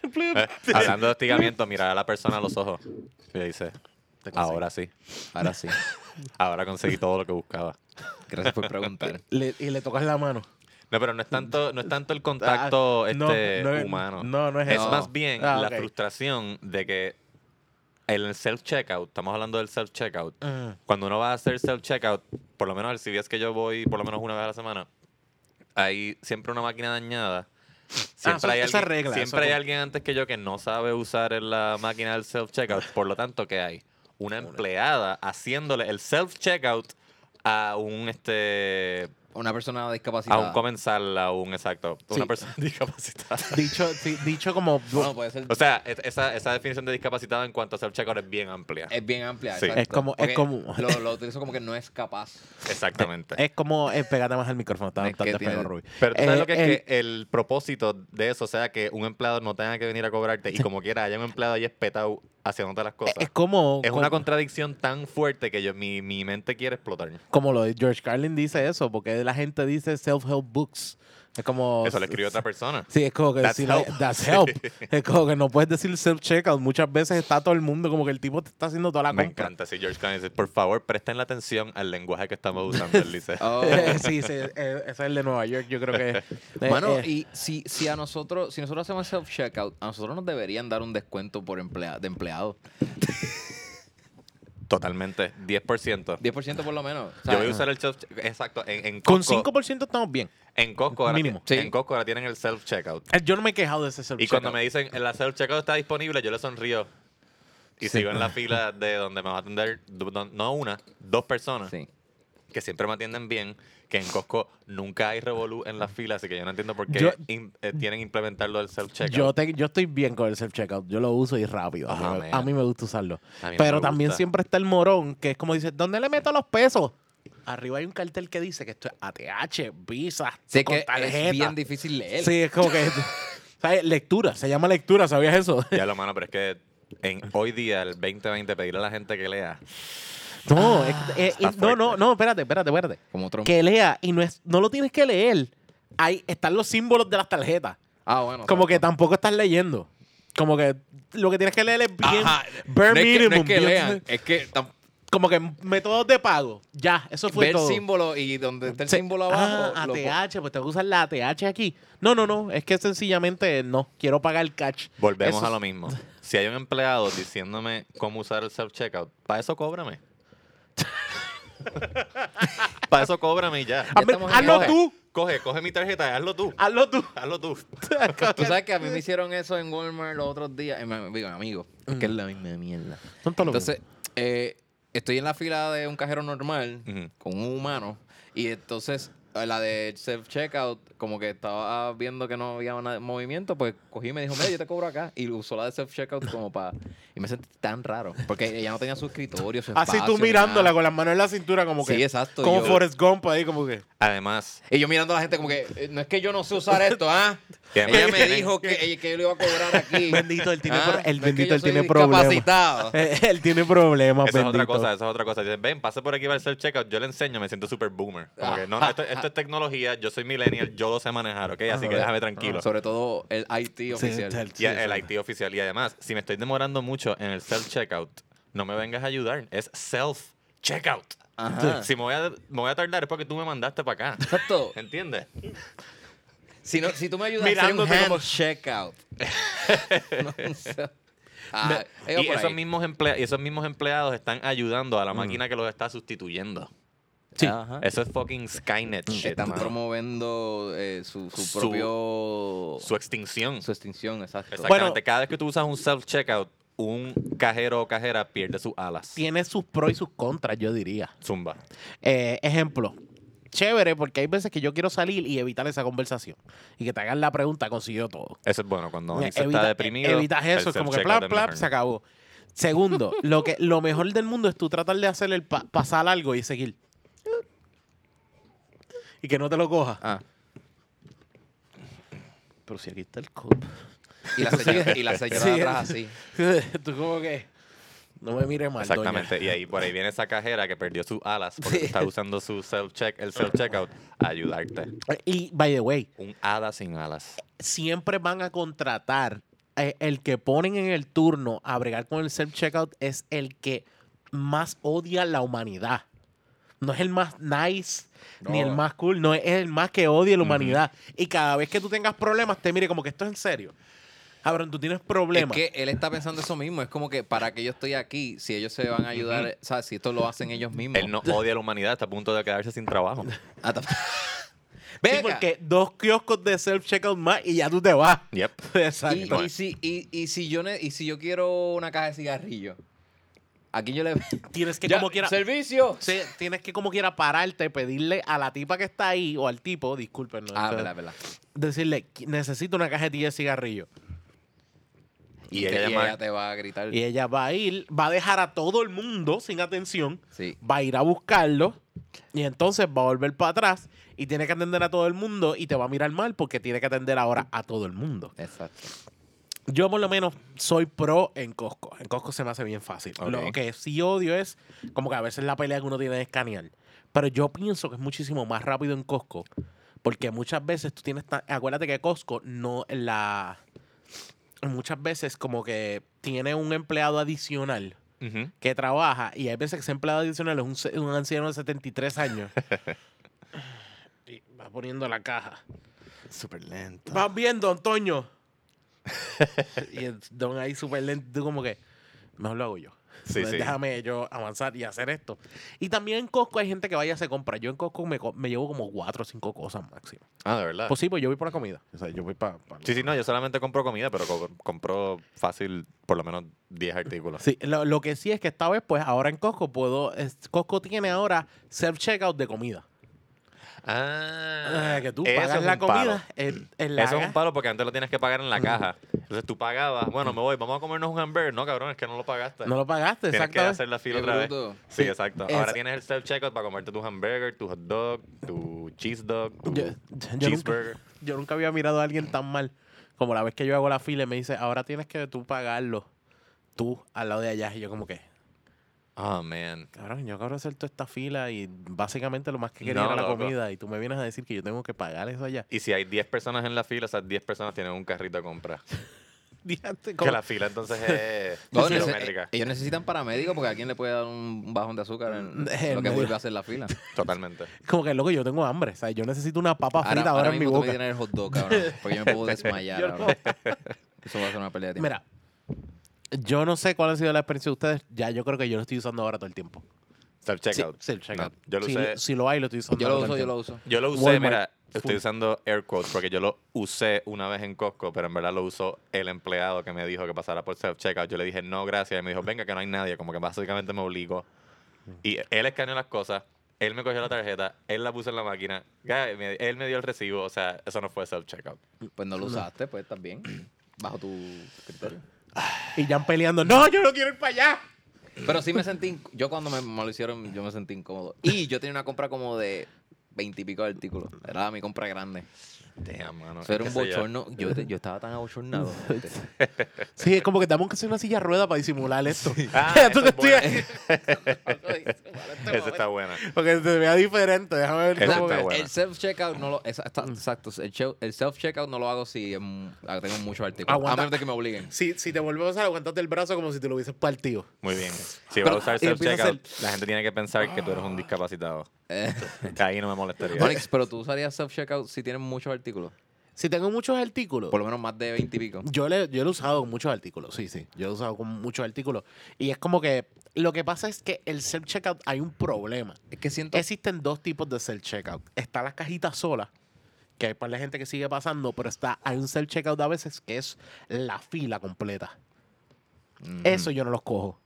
Speaker 2: plip.
Speaker 1: Eh, [LAUGHS] hablando de hostigamiento, mirar a la persona a los ojos y le dice, ahora sí,
Speaker 3: Ahora
Speaker 2: [LAUGHS]
Speaker 3: sí.
Speaker 1: ahora conseguí todo lo que buscaba.
Speaker 3: Gracias por preguntar.
Speaker 2: Le- y le tocas la mano.
Speaker 1: No, pero no es tanto, no es tanto el contacto
Speaker 2: [LAUGHS] Ah, no,
Speaker 1: este,
Speaker 2: no es-
Speaker 1: humano.
Speaker 2: no, no es
Speaker 1: Es
Speaker 2: eso.
Speaker 1: más bien
Speaker 2: Ah,
Speaker 1: la
Speaker 2: ok.
Speaker 1: frustración de que el self-checkout, estamos hablando del self-checkout,
Speaker 2: Ah.
Speaker 1: cuando uno va a hacer self-checkout, por lo menos el CVS que yo voy por lo menos una vez a la semana, hay siempre una máquina dañada. Siempre,
Speaker 2: Ah, eso-
Speaker 1: hay,
Speaker 2: esa
Speaker 1: alguien,
Speaker 2: regla, eso
Speaker 1: siempre hay
Speaker 2: como-
Speaker 1: alguien antes que yo que no sabe usar el- la máquina del self-checkout. Por lo tanto, ¿qué hay? Una empleada haciéndole el self-checkout a un este
Speaker 3: Una persona
Speaker 1: a
Speaker 3: discapacitada.
Speaker 1: Ah, un comensal, a un exacto,
Speaker 2: Sí.
Speaker 1: una persona [LAUGHS] discapacitada.
Speaker 2: Dicho, sí,
Speaker 1: [LAUGHS]
Speaker 2: dicho como.
Speaker 3: Bueno, puede ser.
Speaker 1: O sea, es- esa, esa definición de discapacitado en cuanto a self-checkout es bien amplia.
Speaker 2: Eh,
Speaker 3: es bien amplia.
Speaker 1: Sí.
Speaker 3: exacto.
Speaker 2: Es como- es
Speaker 3: Porque
Speaker 2: como-
Speaker 3: Lo, lo utilizo como que no es capaz.
Speaker 1: Exactamente.
Speaker 2: Es como. eh, pégate más al micrófono. Está,
Speaker 3: Es
Speaker 2: está
Speaker 3: que
Speaker 2: te
Speaker 3: tiene-
Speaker 2: pegó, Ruby.
Speaker 1: Pero tú sabes
Speaker 2: Eh,
Speaker 1: lo que es
Speaker 2: el-
Speaker 1: que el propósito de eso sea que un empleado no tenga que venir a cobrarte y como quiera haya un empleado ahí espetado haciéndote las cosas.
Speaker 2: Eh, Es como.
Speaker 1: Es
Speaker 2: como,
Speaker 1: una contradicción tan fuerte que yo, mi, mi mente quiere explotar.
Speaker 2: como lo de George Carlin dice eso, porque la gente dice self-help books. Es como.
Speaker 1: Eso le escribió otra persona.
Speaker 2: Sí, es como que
Speaker 1: That's
Speaker 2: decir, like,
Speaker 1: help.
Speaker 2: that's [LAUGHS] help. Es como que no puedes decir self-checkout. Muchas veces está todo el mundo, como que el tipo te está haciendo toda la
Speaker 1: Me
Speaker 2: compra.
Speaker 1: encanta. Si George Clooney dice, por favor, presten la atención al lenguaje que estamos usando, él
Speaker 2: [LAUGHS]
Speaker 1: dice.
Speaker 3: [LAUGHS] Oh.
Speaker 2: [LAUGHS] Eh, sí, sí, eh, ese es el de Nueva York, yo creo [LAUGHS] que. eh,
Speaker 3: Mano,
Speaker 2: eh,
Speaker 3: y si, si a nosotros, si nosotros hacemos self checkout, a nosotros nos deberían dar un descuento por emplea, de empleado.
Speaker 1: Totalmente. 10%.
Speaker 3: 10% por lo menos. O sea,
Speaker 1: Yo voy a usar el self Exacto. En, en
Speaker 2: con
Speaker 1: Costco-
Speaker 2: 5% estamos bien.
Speaker 1: En Costco ahora,
Speaker 2: Mínimo.
Speaker 1: ti-
Speaker 3: Sí.
Speaker 1: en Costco ahora tienen el self-checkout.
Speaker 2: Eh, Yo no me he quejado de ese self-checkout.
Speaker 1: Y cuando me dicen el self-checkout está disponible, yo le sonrío. Y
Speaker 2: Sí.
Speaker 1: sigo en la fila de donde me va a atender, du- no- no una, dos personas,
Speaker 3: Sí.
Speaker 1: que siempre me atienden bien, que en Costco nunca hay revolú en la fila, así que yo no entiendo por qué
Speaker 2: Yo-
Speaker 1: im- eh, tienen implementarlo del
Speaker 2: Yo,
Speaker 1: self-checkout.
Speaker 2: te- yo estoy bien con el self-checkout. Yo lo uso y rápido.
Speaker 1: Ajá,
Speaker 2: a, mí,
Speaker 1: mira.
Speaker 2: a mí me gusta usarlo.
Speaker 1: A mí no
Speaker 2: Pero
Speaker 1: me
Speaker 2: también
Speaker 1: gusta.
Speaker 2: siempre está el morón, que es como dice, ¿dónde le meto los pesos? Arriba hay un cartel que dice que esto es ATH, Visa,
Speaker 3: Sí, es
Speaker 2: con
Speaker 3: que
Speaker 2: tarjeta.
Speaker 3: es bien difícil leer.
Speaker 2: Sí, es como
Speaker 3: [LAUGHS]
Speaker 2: que... ¿sabes? Lectura, se llama lectura, ¿sabías eso?
Speaker 1: Ya lo mano, pero es que en hoy día, el 2020, pedirle a la gente que lea
Speaker 2: No,
Speaker 3: Ah,
Speaker 2: es- es-
Speaker 1: está
Speaker 2: es- no, no,
Speaker 1: fuerte.
Speaker 2: no, espérate, espérate, espérate.
Speaker 3: Como Trump.
Speaker 2: Que lea y no, es, no lo tienes que leer. Ahí están los símbolos de las tarjetas.
Speaker 3: Ah, bueno.
Speaker 2: Como que
Speaker 3: exacto.
Speaker 2: tampoco estás leyendo. Como que lo que tienes que leer es bien.
Speaker 3: Ajá.
Speaker 2: bare
Speaker 3: no es que, no es
Speaker 2: minimum,
Speaker 3: que
Speaker 2: bien-
Speaker 3: lean, es que tam-
Speaker 2: Como que métodos de pago. Ya, eso fue
Speaker 3: ve el
Speaker 2: todo.
Speaker 3: símbolo y donde está el
Speaker 2: Sí.
Speaker 3: símbolo abajo.
Speaker 2: Ah,
Speaker 3: lo po-
Speaker 2: ATH, pues te usas la ATH aquí. No, no, no. Es que sencillamente no. Quiero pagar cash.
Speaker 1: Volvemos
Speaker 2: Eso
Speaker 1: a lo
Speaker 2: es-
Speaker 1: mismo. Si hay un empleado diciéndome cómo usar el self-checkout, para eso
Speaker 2: [LAUGHS]
Speaker 1: cóbrame. para eso cóbrame y ya.
Speaker 2: Hazme-
Speaker 3: estamos en
Speaker 2: hazlo
Speaker 1: Coge,
Speaker 2: tú.
Speaker 1: Coge, coge mi tarjeta, y hazlo tú.
Speaker 2: Hazlo tú.
Speaker 1: Hazlo tú.
Speaker 3: [LAUGHS] Tú sabes que a mí me hicieron eso en Walmart los otros días. Eh, me- digo, amigo, es
Speaker 2: Mm.
Speaker 3: que es la misma mierda.
Speaker 2: Son todos los
Speaker 3: Entonces, eh, estoy en la fila de un cajero normal
Speaker 1: Ujú.
Speaker 3: con un humano y entonces a la de self-checkout, como que estaba viendo que no había nada- movimiento, pues cogí y me dijo, mira, yo te cobro acá. Y usó la de self-checkout como para... Y me sentí tan raro, porque ella no tenía su escritorio, su
Speaker 2: Así
Speaker 3: espacio,
Speaker 2: tú
Speaker 3: ni
Speaker 2: mirándola
Speaker 3: nada.
Speaker 2: con las manos en la cintura, como que.
Speaker 3: Sí, exacto,
Speaker 2: Como
Speaker 3: yo-
Speaker 2: Forrest Gump ahí, como que.
Speaker 1: Además,
Speaker 3: Y yo mirando a la gente como que, "Eh, no es que yo no sé usar esto, ¿ah?
Speaker 1: Que
Speaker 3: Ella
Speaker 1: me
Speaker 3: me
Speaker 1: tienen-
Speaker 3: dijo que, eh, que yo le iba a cobrar
Speaker 2: [LAUGHS]
Speaker 3: aquí.
Speaker 2: Bendito, él tiene pro- el
Speaker 3: Ah, No es que
Speaker 2: bendito,
Speaker 3: yo
Speaker 2: él
Speaker 3: soy
Speaker 2: tiene problemas.
Speaker 3: discapacitado.
Speaker 2: [LAUGHS] Él tiene problemas,
Speaker 1: esa es otra
Speaker 2: bendito.
Speaker 1: cosa, esa es otra cosa. Dicen, ven, pase por aquí para el self-checkout, yo le enseño, me siento super boomer. Como que, no,
Speaker 2: Ah.
Speaker 1: no, esto, esto es tecnología, yo soy millennial, yo lo sé manejar, ¿ok? Así que déjame
Speaker 2: Ah,
Speaker 1: tranquilo.
Speaker 3: Sobre todo el IT
Speaker 2: Sí,
Speaker 3: oficial.
Speaker 2: está el-
Speaker 1: Y el
Speaker 2: exacto.
Speaker 1: IT oficial. Y además, si me estoy demorando mucho en el self-checkout, no me vengas a ayudar. Es self-checkout. [LAUGHS]
Speaker 3: Ajá.
Speaker 1: Si me voy, a, me voy a tardar es porque tú me mandaste para acá.
Speaker 3: Exacto.
Speaker 1: ¿Entiendes?
Speaker 3: Si, no, si tú me ayudas a hacer un
Speaker 2: Mirándote
Speaker 3: hand
Speaker 2: como- [LAUGHS]
Speaker 3: checkout. [LAUGHS] no, o sea, ah,
Speaker 2: eh,
Speaker 3: iba
Speaker 2: oh,
Speaker 1: y,
Speaker 3: por
Speaker 1: esos
Speaker 3: ahí.
Speaker 1: mismos emplea- y esos mismos empleados están ayudando
Speaker 2: Mm.
Speaker 1: a la máquina que los está sustituyendo.
Speaker 2: Sí.
Speaker 3: Ajá.
Speaker 1: Eso es fucking
Speaker 2: Mm,
Speaker 1: Skynet shit,
Speaker 3: Están
Speaker 1: mano.
Speaker 3: promoviendo eh, su, su
Speaker 1: Su-
Speaker 3: propio...
Speaker 1: Su extinción.
Speaker 3: su extinción, exacto.
Speaker 1: Exactamente.
Speaker 2: Bueno-
Speaker 1: Cada vez que tú usas un self-checkout, un cajero o cajera pierde sus alas.
Speaker 2: Tiene sus pros y sus contras, yo diría.
Speaker 1: Zumba.
Speaker 2: Eh, ejemplo. Chévere, porque hay veces que yo quiero salir y evitar esa conversación. Y que te hagan la pregunta, consiguió todo.
Speaker 1: Eso es bueno. Cuando
Speaker 2: Eh,
Speaker 1: Onyx está
Speaker 2: evita-
Speaker 1: deprimido.
Speaker 2: eh, Evitas
Speaker 1: el
Speaker 2: eso, es como que
Speaker 1: self-checkout
Speaker 2: plap,
Speaker 1: es
Speaker 2: plap,
Speaker 1: mejor.
Speaker 2: se acabó. Segundo, lo, que, lo mejor del mundo es tú tratar de hacer el pa- pasar algo y seguir. Y que no te lo coja.
Speaker 3: Ah,
Speaker 2: Pero si aquí está el cop.
Speaker 3: y la señora, y la señora de
Speaker 2: Sí.
Speaker 3: atrás así.
Speaker 2: [LAUGHS] tú como que. No me mires mal.
Speaker 1: Exactamente. Y ahí por ahí viene esa cajera que perdió sus alas porque tú
Speaker 2: [LAUGHS]
Speaker 1: está usando su self-check, el self-checkout, a ayudarte.
Speaker 2: doña. Y, by the way,
Speaker 1: Un hada sin alas.
Speaker 2: siempre van a contratar. eh, el que ponen en el turno a bregar con el self-checkout es el que más odia la humanidad. No es el más nice, ni
Speaker 3: No.
Speaker 2: el más cool, no es el más que odia la humanidad. Y cada vez que tú tengas problemas, te mire como que esto es en serio. Cabrón, tú tienes problemas.
Speaker 3: Es que él está pensando eso mismo. Es como que para que yo estoy aquí, si ellos se van a ayudar, o sea, si esto lo hacen ellos mismos.
Speaker 1: Él no odia a la humanidad, está a punto de quedarse sin trabajo.
Speaker 2: [LAUGHS]
Speaker 3: Ah, tam-
Speaker 2: Sí,
Speaker 3: Ven acá.
Speaker 2: porque dos kioscos de self-checkout más y ya tú te vas. [LAUGHS]
Speaker 1: Yep.
Speaker 2: Exacto.
Speaker 3: Y- Y, si, y, y si yo ne- y si yo quiero una caja de cigarrillos, aquí yo le [LAUGHS]
Speaker 2: Tienes que
Speaker 3: Ya,
Speaker 2: como quiera...
Speaker 3: ¡Servicio!
Speaker 2: Sí, tienes que como quiera pararte, pedirle a la tipa que está ahí o al tipo, disculpen, ¿no?
Speaker 3: Ah,
Speaker 2: Esto-
Speaker 3: verdad, verdad.
Speaker 2: decirle, "Qui- necesito una cajetilla de cigarrillos.
Speaker 1: Y
Speaker 3: que-
Speaker 1: ella
Speaker 3: y
Speaker 1: llama-
Speaker 3: ella te va a gritar.
Speaker 2: Y ella va a ir, va a dejar a todo el mundo sin atención,
Speaker 3: Sí.
Speaker 2: va a ir a buscarlo y entonces va a volver para atrás y tiene que atender a todo el mundo y te va a mirar mal porque tiene que atender ahora a todo el mundo.
Speaker 3: Exacto.
Speaker 2: Yo por lo menos soy pro en Costco. En Costco se me hace bien fácil.
Speaker 3: Ok.
Speaker 2: Lo que sí odio es como que a veces la pelea que uno tiene de escanear. Pero yo pienso que es muchísimo más rápido en Costco. Porque muchas veces tú tienes... ta- Acuérdate que Costco no la... Muchas veces como que tiene un empleado adicional
Speaker 1: Ujú.
Speaker 2: que trabaja y hay veces que ese empleado adicional es un, se- un anciano de 73 años. [LAUGHS] y va poniendo la caja.
Speaker 3: Súper lento.
Speaker 2: Vas viendo, Antonio. [LAUGHS] y el don ahí súper lento, tú como que, mejor lo hago yo. Pues
Speaker 1: Sí, sí.
Speaker 2: Déjame yo avanzar y hacer esto. Y también en Costco hay gente que vaya a hacer compra. Yo en Costco me, co- me llevo como cuatro o cinco cosas máximo.
Speaker 1: Ah, de verdad.
Speaker 2: Pues sí, pues yo voy por la comida. O sea, yo voy para...
Speaker 1: Sí, sí, no, yo solamente compro comida, pero co- compro fácil por lo menos 10 artículos.
Speaker 2: Sí, lo, lo que sí es que esta vez, pues ahora en Costco puedo... es- Costco tiene ahora self-checkout de comida.
Speaker 1: Ah,
Speaker 2: Eh, que tú
Speaker 1: eso
Speaker 2: pagas
Speaker 1: es
Speaker 2: la
Speaker 1: un palo.
Speaker 2: comida en, en la... Mm.
Speaker 1: Eso es un palo porque antes lo tienes que pagar en la caja. Entonces tú pagabas, bueno, me voy, vamos a comernos un hamburger. No, cabrón, es que no lo pagaste.
Speaker 2: No lo pagaste,
Speaker 1: Tienes que
Speaker 2: exactamente.
Speaker 1: hacer la fila
Speaker 3: Qué
Speaker 1: otra vez.
Speaker 3: bruto.
Speaker 1: Sí,
Speaker 2: Sí,
Speaker 1: exacto.
Speaker 2: es-
Speaker 1: Ahora tienes el self-checkout para comerte tu hamburger, tu hot dog, tu cheese dog, tu
Speaker 2: Yo, yo nunca,
Speaker 1: cheeseburger.
Speaker 2: yo nunca había mirado a alguien tan mal como la vez que yo hago la fila y me dice, ahora tienes que tú pagarlo, tú al lado de allá. Y yo como que,
Speaker 1: Oh, man.
Speaker 2: Cabrón, yo acabo de hacer toda esta fila y básicamente lo más que quería
Speaker 1: No,
Speaker 2: era la
Speaker 1: loco.
Speaker 2: comida y tú me vienes a decir que yo tengo que pagar eso allá. [LAUGHS]
Speaker 1: Y si hay 10 personas en la fila, esas 10 personas tienen un carrito de
Speaker 2: [LAUGHS]
Speaker 1: compra.
Speaker 2: Diante,
Speaker 1: Que
Speaker 2: como-
Speaker 1: la fila entonces
Speaker 2: [LAUGHS]
Speaker 1: es
Speaker 3: No, nece- eh,
Speaker 1: kilométrica.
Speaker 3: ellos necesitan paramédicos porque alguien le puede dar un bajón de azúcar en
Speaker 2: Eh,
Speaker 3: lo que
Speaker 2: medio.
Speaker 3: vuelve a hacer la fila.
Speaker 2: eh,
Speaker 1: Totalmente.
Speaker 2: Como que, loco, yo tengo hambre. O sea, yo necesito una papa frita
Speaker 3: Ahora,
Speaker 2: ahora,
Speaker 3: ahora
Speaker 2: en mi
Speaker 3: mismo tú me
Speaker 2: boca.
Speaker 3: tienes el hot dog, cabrón, porque yo me puedo desmayar
Speaker 2: Yo no-
Speaker 3: ahora. Eso va a ser una pelea de tiempo.
Speaker 2: Mira, yo no sé cuál ha sido la experiencia de ustedes. Ya yo creo que yo lo estoy usando ahora todo el tiempo.
Speaker 1: Self-checkout.
Speaker 2: Sí, sí, el checkout.
Speaker 1: No, yo lo
Speaker 2: si,
Speaker 1: usé-
Speaker 2: si lo hay, lo estoy usando.
Speaker 3: yo lo
Speaker 2: ahora todo
Speaker 3: uso,
Speaker 2: el
Speaker 3: yo lo
Speaker 2: tiempo.
Speaker 3: uso.
Speaker 1: Yo lo usé,
Speaker 2: Walmart,
Speaker 1: mira,
Speaker 2: full.
Speaker 1: estoy usando air quotes porque yo lo usé una vez en Costco, pero en verdad lo usó el empleado que me dijo que pasara por self-checkout. Yo le dije, no, gracias. Y me dijo, venga, que no hay nadie. Como que básicamente me obligó. Y él escaneó las cosas, él me cogió la tarjeta, él la puso en la máquina, ya, y me- él me dio el recibo. O sea, eso no fue self-checkout.
Speaker 3: Pues no lo usaste, pues estás bien. Bajo tu criterio.
Speaker 2: Y ya peleando. No, yo no quiero ir para allá.
Speaker 3: Pero sí me sentí. inc- Yo cuando me, me lo hicieron, yo me sentí incómodo. Y yo tenía una compra como de veintipico de artículos. Era mi compra grande.
Speaker 1: Damn, mano.
Speaker 3: Eso era
Speaker 1: qué
Speaker 3: un
Speaker 1: sé yo.
Speaker 3: bochorno. Yo, te- yo estaba tan abochornado. gente.
Speaker 2: Sí, es como que damos que hacer una silla rueda para disimular esto. [LAUGHS]
Speaker 1: Ah,
Speaker 2: Ya
Speaker 1: eso
Speaker 2: tú te
Speaker 1: es buena.
Speaker 2: estoy- [LAUGHS]
Speaker 1: Esa está buena.
Speaker 2: Porque se vea diferente. Déjame ver
Speaker 1: Eso
Speaker 2: cómo
Speaker 1: está
Speaker 2: que-
Speaker 1: bueno. buena.
Speaker 3: El self-checkout no lo. esa- está- Exacto. El, che- el self-checkout no lo hago si es mu- ah, tengo muchos artículos.
Speaker 2: Aguanta.
Speaker 3: A menos de que
Speaker 2: [LAUGHS]
Speaker 3: me obliguen.
Speaker 2: Si, si te volvemos a aguantarte el brazo como si te lo hubieses partido.
Speaker 1: Muy bien. Si
Speaker 2: Pero-
Speaker 1: vas a usar
Speaker 2: y empieza a
Speaker 1: self-checkout, la gente tiene que pensar que tú eres un discapacitado.
Speaker 3: Eh,
Speaker 1: Ahí no me molestaría.
Speaker 3: Onyx, pero tú usarías self-checkout si tienes muchos artículos.
Speaker 2: Si tengo muchos artículos.
Speaker 3: Por lo menos más de veintipico.
Speaker 2: Yo, le, yo lo he usado con muchos artículos, sí, sí. Yo lo he usado con muchos artículos. Y es como que lo que pasa es que el self-checkout hay un problema.
Speaker 3: Es que siento.
Speaker 2: Existen dos tipos de self-checkout. Está la cajita sola, que hay para la gente que sigue pasando, pero está hay un self-checkout a veces que es la fila completa.
Speaker 3: mm,
Speaker 2: Eso yo no los cojo.